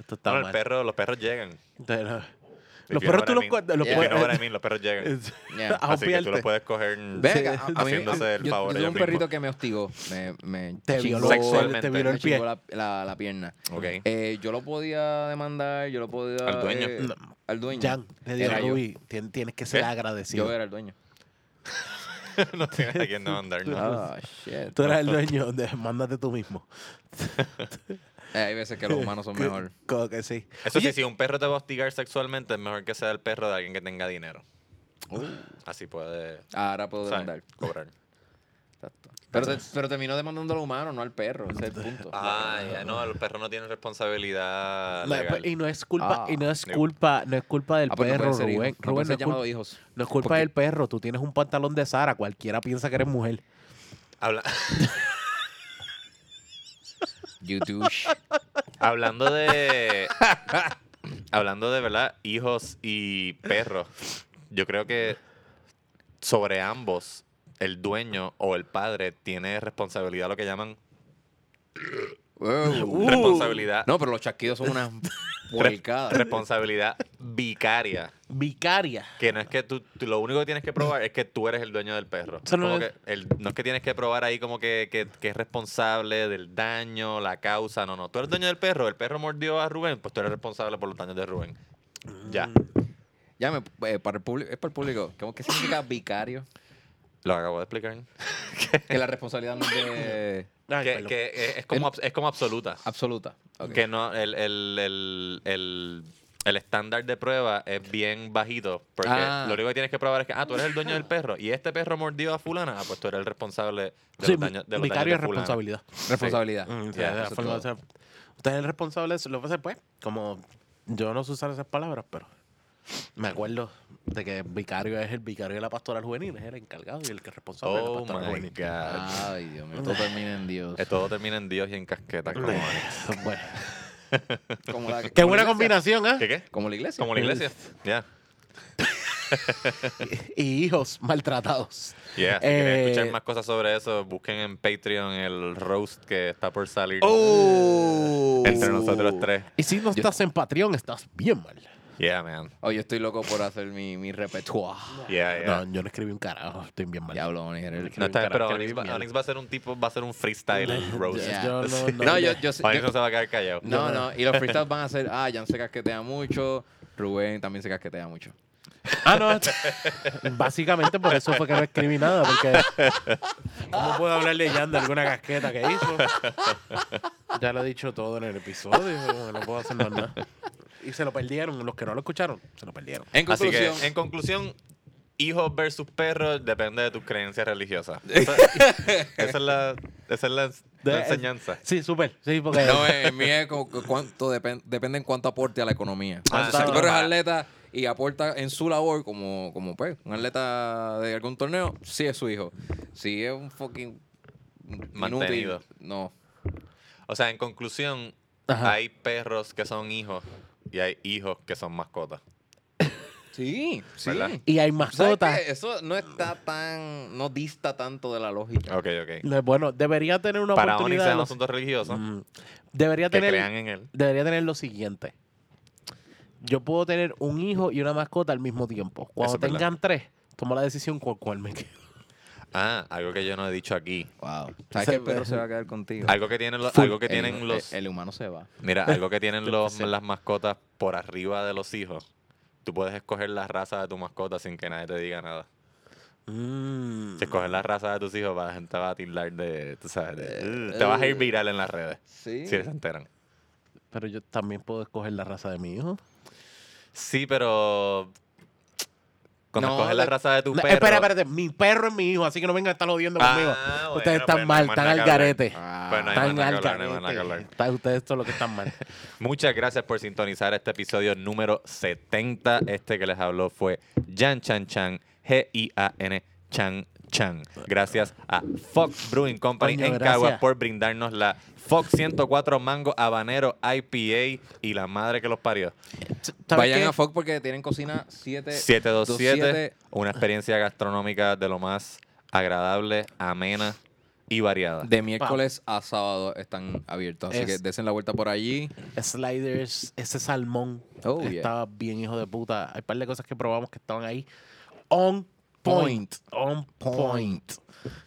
Speaker 2: Esto está
Speaker 1: No, el
Speaker 2: mal.
Speaker 1: perro, los perros llegan.
Speaker 2: Pero-
Speaker 1: If
Speaker 2: los
Speaker 1: you know
Speaker 2: perros tú
Speaker 1: what
Speaker 2: los
Speaker 1: I mean.
Speaker 2: cuentas- los
Speaker 1: If you
Speaker 2: puedes-
Speaker 1: know what I mean, los perros llegan.
Speaker 2: [LAUGHS] es-
Speaker 3: Yeah.
Speaker 2: a
Speaker 1: Así que tú
Speaker 2: opiarte.
Speaker 1: los puedes coger [LAUGHS]
Speaker 3: Ven acá, a- a mí-
Speaker 1: haciéndose el
Speaker 3: yo-
Speaker 1: favor
Speaker 3: yo
Speaker 1: ellos
Speaker 3: tuve un perrito
Speaker 1: mismos.
Speaker 3: que me hostigó. Me, me
Speaker 2: Te
Speaker 3: chingó-
Speaker 2: violó,
Speaker 1: Sexualmente.
Speaker 2: te violó
Speaker 3: me
Speaker 2: el pie.
Speaker 3: chingó la, la- la pierna.
Speaker 1: Ok.
Speaker 3: Eh, yo lo podía demandar, yo lo podía...
Speaker 1: Al dueño.
Speaker 3: eh,
Speaker 2: No.
Speaker 3: al dueño.
Speaker 2: Jan, le digo
Speaker 3: Era yo.
Speaker 2: Luis, tien- tienes que ser
Speaker 1: ¿Eh?
Speaker 2: agradecido.
Speaker 3: Yo era el dueño.
Speaker 1: no tienes a quién demandar, ¿no?
Speaker 3: Ah, shit.
Speaker 2: Tú eres
Speaker 3: [LAUGHS]
Speaker 2: el dueño, de- mándate tú mismo.
Speaker 3: Eh, hay veces que los
Speaker 2: [LAUGHS]
Speaker 3: humanos son
Speaker 2: Que-
Speaker 3: mejor.
Speaker 2: Como que sí.
Speaker 1: Eso
Speaker 2: Oye,
Speaker 1: sí, si un perro te va a hostigar sexualmente, es mejor que sea el perro de alguien que tenga dinero.
Speaker 2: Uh.
Speaker 1: Así puede
Speaker 3: Ahora puedo
Speaker 1: ¿sabes?
Speaker 3: demandar.
Speaker 1: cobrar.
Speaker 3: Exacto. Pero, te- pero terminó demandando al humano, no al perro. Ese es el punto.
Speaker 1: Ah, ya no, el perro no tiene responsabilidad
Speaker 2: no,
Speaker 1: Ah, legal.
Speaker 2: pues, y no es culpa,
Speaker 3: Ah.
Speaker 2: y no es
Speaker 1: Digo.
Speaker 2: culpa, no es culpa del
Speaker 3: Ah, pues no
Speaker 2: perro,
Speaker 3: puede ser hijo.
Speaker 2: Rubén.
Speaker 3: No
Speaker 2: Rubén,
Speaker 3: puede
Speaker 2: no
Speaker 3: ser
Speaker 2: es, cul-
Speaker 3: llamado hijos.
Speaker 2: no es culpa
Speaker 3: Porque-
Speaker 2: del perro. Tú tienes un pantalón de Sara, cualquiera piensa que eres mujer.
Speaker 1: Habla-
Speaker 3: You douche.
Speaker 1: hablando de... hablando de, ¿verdad? Hijos y perros. Yo creo que sobre ambos, el dueño o el padre tiene responsabilidad, lo que llaman
Speaker 2: Uh.
Speaker 3: Wow.
Speaker 1: responsabilidad,
Speaker 3: No, pero los chasquidos son unas puercadas.
Speaker 1: responsabilidad vicaria.
Speaker 2: Vicaria.
Speaker 1: Que no es que tú, tú- lo único que tienes que probar es que tú eres el dueño del perro.
Speaker 2: Eso no
Speaker 1: Como
Speaker 2: es-
Speaker 1: que el- no es que tienes que probar ahí como que, que- que es responsable del daño, la causa. No, no. Tú eres dueño del perro. El perro mordió a Rubén, pues tú eres responsable por los daños de Rubén. Ya.
Speaker 3: Ya me, eh, para el público, es para el público. ¿Cómo que significa vicario?
Speaker 1: Lo acabo de explicar.
Speaker 3: Que la responsabilidad no es de-
Speaker 2: Ay,
Speaker 1: que
Speaker 2: perdón.
Speaker 1: que eh, es, es como, abs- es como absoluta.
Speaker 3: absoluta. Ok.
Speaker 1: Que no, el, el- el- el- el estándar de prueba es bien bajito. Porque
Speaker 3: Ah.
Speaker 1: lo único que tienes que probar es que, ah, tú eres el dueño del perro. Y este perro mordió a fulana, ah, pues tú eres el responsable de los
Speaker 2: Sí,
Speaker 1: daños de los daños
Speaker 2: vicario
Speaker 1: de
Speaker 2: es
Speaker 1: fulana.
Speaker 2: responsabilidad.
Speaker 3: Responsabilidad.
Speaker 2: Mm, o sea,
Speaker 1: Ya,
Speaker 2: de la
Speaker 3: eso es
Speaker 2: forma de
Speaker 3: todo.
Speaker 2: ser- usted es el responsable de eso. Lo que pasa es, pues, como yo no sé usar esas palabras, pero me acuerdo de que vicario es el vicario de la pastoral juvenil, es el encargado y el que es responsable de la
Speaker 1: Oh
Speaker 2: pastoral
Speaker 1: my
Speaker 2: juvenil.
Speaker 1: God.
Speaker 3: Ay, Dios mío. Todo termina en Dios.
Speaker 1: Eh, Todo termina en Dios y en casquetas. Como... [LAUGHS]
Speaker 2: Bueno.
Speaker 3: [LAUGHS] Como
Speaker 2: Qué buena
Speaker 3: la- como la iglesia.
Speaker 2: combinación, ¿eh?
Speaker 1: ¿Qué qué?
Speaker 3: Como la iglesia.
Speaker 1: Como la iglesia. Ya.
Speaker 2: Y hijos maltratados.
Speaker 1: Yeah. Si quieren
Speaker 2: Eh,
Speaker 1: escuchar más cosas sobre eso, busquen en Patreon el roast que está por salir
Speaker 2: Oh.
Speaker 3: Uh.
Speaker 1: entre nosotros tres.
Speaker 2: Y si no estás en Patreon, estás bien mal.
Speaker 1: Yeah, man.
Speaker 3: Oh, yo estoy loco por hacer mi, mi repertoire.
Speaker 1: Ah, Yeah, yeah.
Speaker 2: No, yo no escribí un carajo, estoy bien mal.
Speaker 3: Diablo, Oni, eres el-
Speaker 1: No, está bien, pero
Speaker 2: Escribí
Speaker 1: Onyx
Speaker 2: un
Speaker 1: va,
Speaker 2: carajo,
Speaker 1: Onyx va a ser un tipo, va a ser un freestyle roast.
Speaker 3: Yeah.
Speaker 2: Mm-hmm.
Speaker 1: [LAUGHS]
Speaker 2: Yo no- no-
Speaker 3: No, yo, yo, yo-
Speaker 1: Onyx no se va a quedar callado.
Speaker 3: No, no, y los freestyles van a ser, ah, Jan se casquetea mucho, Rubén también se casquetea mucho.
Speaker 2: Ah, no. esto- [LAUGHS] Básicamente por eso fue que no escribí nada, porque ¿cómo puedo hablarle Jan de alguna casqueta que hizo? Ya lo he dicho todo en el episodio, como que no puedo hacer más nada. Y se lo perdieron, los que no lo escucharon, se lo perdieron.
Speaker 3: En
Speaker 1: Así que,
Speaker 3: conclusión,
Speaker 1: en conclusión, hijos versus perros depende de tus creencias religiosas. Esa, esa es la, esa es la, la enseñanza.
Speaker 2: eh, Sí, súper. Sí, porque
Speaker 3: no, eh, en mí es como que cuánto depen- depende en cuánto aporte a la economía.
Speaker 1: Ah,
Speaker 3: si tú
Speaker 2: exacto.
Speaker 3: eres atleta y aporta en su labor como, como pues, un atleta de algún torneo, sí es su hijo. Si es un fucking
Speaker 1: Mantenido.
Speaker 3: inútil, no.
Speaker 1: O sea, en conclusión,
Speaker 2: Ajá.
Speaker 1: hay perros que son hijos y hay hijos que son mascotas.
Speaker 3: Sí, sí.
Speaker 1: ¿Verdad?
Speaker 2: Y hay
Speaker 3: ¿Sabes
Speaker 2: mascotas.
Speaker 3: qué? Eso no está tan, no dista tanto de la lógica.
Speaker 1: Ok, ok.
Speaker 2: Le- Bueno, debería tener una
Speaker 1: Para Onyx
Speaker 2: oportunidad.
Speaker 1: es
Speaker 2: de
Speaker 1: un
Speaker 2: los-
Speaker 1: asunto religioso.
Speaker 2: Mm. Debería
Speaker 1: Que
Speaker 2: tener...
Speaker 1: crean en él.
Speaker 2: debería tener lo siguiente. Yo puedo tener un hijo y una mascota al mismo tiempo. Cuando
Speaker 1: Eso es verdad.
Speaker 2: tengan tres, tomo la decisión con cuál me quedo.
Speaker 1: Ah, algo que yo no he dicho aquí.
Speaker 3: Wow.
Speaker 2: Se
Speaker 3: ¿Sabes que el
Speaker 2: ve-
Speaker 3: perro se va a quedar contigo?
Speaker 1: Algo que tienen los,
Speaker 2: Full.
Speaker 1: algo que tienen
Speaker 3: el,
Speaker 1: los
Speaker 3: el humano se va.
Speaker 2: [LAUGHS]
Speaker 1: Mira, algo que tienen los,
Speaker 2: pensé.
Speaker 1: las mascotas por arriba de los hijos. Tú puedes escoger la raza de tu mascota sin que nadie te diga nada.
Speaker 4: Mm.
Speaker 1: Si escoges la raza de tus hijos, va- la gente va a tildar de, tú sabes,
Speaker 2: Eh,
Speaker 1: de- te vas a
Speaker 2: uh.
Speaker 1: ir viral en las redes.
Speaker 3: Sí.
Speaker 1: Si se enteran.
Speaker 2: Pero yo también puedo escoger la raza de mi hijo.
Speaker 1: Sí, pero cuando
Speaker 2: No,
Speaker 1: escoges la
Speaker 2: de-
Speaker 1: raza de tu
Speaker 2: No,
Speaker 1: perro.
Speaker 2: Espera, espérate. Mi perro es mi hijo, así que no vengan a estar odiando
Speaker 1: Ah,
Speaker 2: conmigo.
Speaker 1: bueno,
Speaker 2: Ustedes
Speaker 1: pues no
Speaker 2: están
Speaker 1: hay
Speaker 2: mal,
Speaker 1: más
Speaker 2: están
Speaker 1: nada
Speaker 2: al
Speaker 1: que hablar.
Speaker 2: garete.
Speaker 3: Ah,
Speaker 1: Pues no hay más
Speaker 2: Están
Speaker 1: nada
Speaker 2: al
Speaker 1: que hablar, no hay más nada que
Speaker 2: garete.
Speaker 1: hablar.
Speaker 2: Están- Ustedes son los que están mal.
Speaker 1: Muchas gracias por sintonizar este episodio número 70. Este que les habló fue Jan Chan Chan, G-I-A-N Chan Chan. Gracias a Fox Brewing Company
Speaker 2: Coño,
Speaker 1: en
Speaker 2: gracias.
Speaker 1: Cagua por brindarnos la Fox 104 Mango Habanero IPA y la madre que los parió.
Speaker 2: ¿Sabes
Speaker 3: Vayan
Speaker 2: qué?
Speaker 3: a Fox porque tienen cocina 7
Speaker 1: 727, una experiencia gastronómica de lo más agradable, amena y variada.
Speaker 3: De miércoles a sábado están abiertos. Así
Speaker 2: Es-
Speaker 3: que desen la vuelta por allí.
Speaker 2: Sliders, ese salmón
Speaker 3: Oh, yeah.
Speaker 2: estaba bien hijo de puta. Hay un par de cosas que probamos que estaban ahí on point, on point.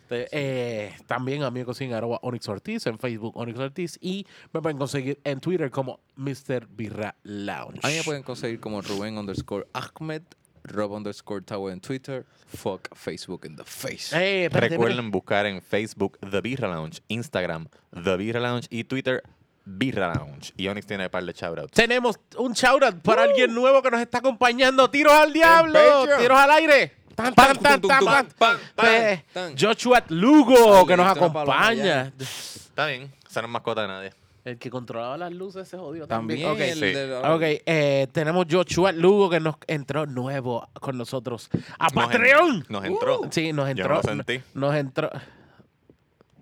Speaker 2: Te- eh, también a mí me consiguen arroba Onyx Ortiz en Facebook Onyx Ortiz y me pueden conseguir en Twitter como Mr. Birra Lounge. Eh,
Speaker 3: A mí me pueden conseguir como Rubén underscore Ahmed, Rob underscore Tavo en Twitter, fuck Facebook in the face.
Speaker 2: Eh, espérate,
Speaker 1: Recuerden buscar en Facebook The Birra Lounge, Instagram The Birra Lounge y Twitter Birra Lounge. Y Onyx tiene un par de shoutouts.
Speaker 2: Tenemos un shoutout para alguien nuevo que nos está acompañando. ¡Tiros al diablo! ¡Tiros al aire! ¡Tan,
Speaker 3: Pam,
Speaker 2: tan, tan,
Speaker 3: tum,
Speaker 2: tan,
Speaker 3: tum,
Speaker 2: tan!
Speaker 3: pam, pam,
Speaker 2: Eh,
Speaker 3: tan.
Speaker 2: Joshua Lugo,
Speaker 3: Ay,
Speaker 2: que nos
Speaker 3: le diste una paloma
Speaker 2: acompaña.
Speaker 1: Está bien, esa no es mascota de nadie.
Speaker 2: El que controlaba las luces se jodió también.
Speaker 3: También
Speaker 2: Ok,
Speaker 3: el
Speaker 1: sí.
Speaker 3: de la-
Speaker 2: Ok, eh, tenemos Joshua Lugo que nos entró nuevo con nosotros a
Speaker 1: Nos en-
Speaker 2: Patreon.
Speaker 1: Nos entró.
Speaker 2: Sí, nos
Speaker 1: Yo no
Speaker 2: entró.
Speaker 1: lo sentí.
Speaker 2: Nos entró.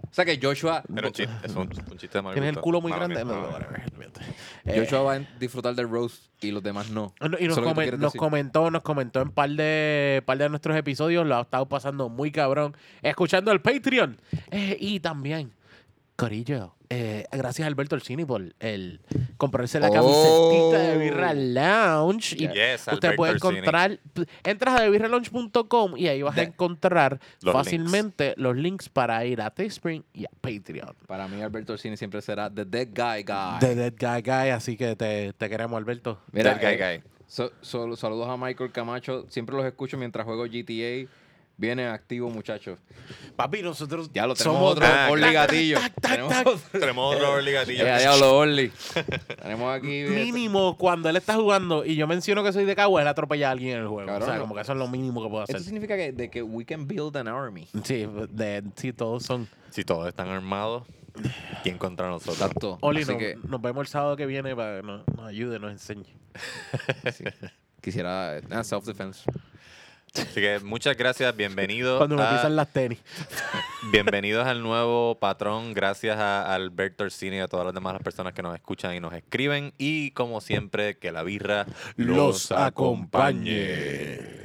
Speaker 3: O sea que Joshua,
Speaker 1: Era un chiste, es un, un chiste de mal
Speaker 2: Tienes el
Speaker 1: gusto.
Speaker 2: culo muy
Speaker 1: Mala
Speaker 2: grande.
Speaker 1: mía,
Speaker 2: No,
Speaker 1: mala mía.
Speaker 2: whatever, olvídate. Eh, Ah,
Speaker 3: Joshua va a disfrutar del roast y los demás no.
Speaker 2: No, Y
Speaker 3: Eso
Speaker 2: nos,
Speaker 3: es lo que tú
Speaker 2: comen-
Speaker 3: quieres
Speaker 2: nos
Speaker 3: decir.
Speaker 2: comentó, nos comentó en par de, par de nuestros episodios, lo ha estado pasando muy cabrón, escuchando el Patreon. Eh, y también, Corillo, eh, gracias a Alberto Orsini por el comprarse la
Speaker 3: Oh.
Speaker 2: camiseta de Birra Lounge. Y
Speaker 1: Yes,
Speaker 2: usted
Speaker 1: Alberto
Speaker 2: puede
Speaker 1: Orsini.
Speaker 2: encontrar, p- entras a birralounge.com y ahí vas a
Speaker 3: De-
Speaker 2: encontrar
Speaker 1: Los
Speaker 2: fácilmente los links para ir a Teespring y a Patreon.
Speaker 3: Para mí Alberto Orsini siempre será the dead guy guy.
Speaker 2: The Dead Guy Guy, así que te, te queremos, Alberto.
Speaker 1: Dead guy
Speaker 3: eh, so- so- saludos a Michael Camacho. Siempre los escucho mientras juego GTA. Viene activo, muchachos.
Speaker 2: Papi, nosotros
Speaker 3: Ya lo tenemos
Speaker 2: somos
Speaker 3: otro
Speaker 1: Ah,
Speaker 3: Orly
Speaker 1: claro.
Speaker 3: Gatillo.
Speaker 2: Tac, tac,
Speaker 3: Tenemos
Speaker 2: tac.
Speaker 3: otro-
Speaker 1: [LAUGHS] Tenemos
Speaker 2: Eh,
Speaker 1: otro Orly Gatillo.
Speaker 3: Ya, diablo, Orly. Tenemos [LAUGHS] aquí. este
Speaker 2: mínimo cuando él está jugando y yo menciono que soy de Cagua, él atropella a alguien en el juego.
Speaker 3: Cabrón,
Speaker 2: o sea,
Speaker 3: no.
Speaker 2: como que eso es lo mínimo que puedo hacer.
Speaker 3: Esto significa que, de que we can build an army.
Speaker 2: Sí, de, sí, todos son.
Speaker 1: Si todos están armados, ¿quién contra nosotros?
Speaker 3: Exacto.
Speaker 2: Oli,
Speaker 3: Así
Speaker 2: no-
Speaker 3: [LAUGHS] que
Speaker 2: nos vemos el sábado que viene para que nos, nos ayude, nos enseñe.
Speaker 3: quisiera. eh, self-defense.
Speaker 1: Así que muchas gracias, bienvenidos.
Speaker 2: Cuando me
Speaker 1: a-
Speaker 2: pisan las tenis.
Speaker 1: Bienvenidos al nuevo patrón. Gracias a Alberto Orsini y a todas las demás personas que nos escuchan y nos escriben. Y como siempre, que la birra
Speaker 2: Los acompañe.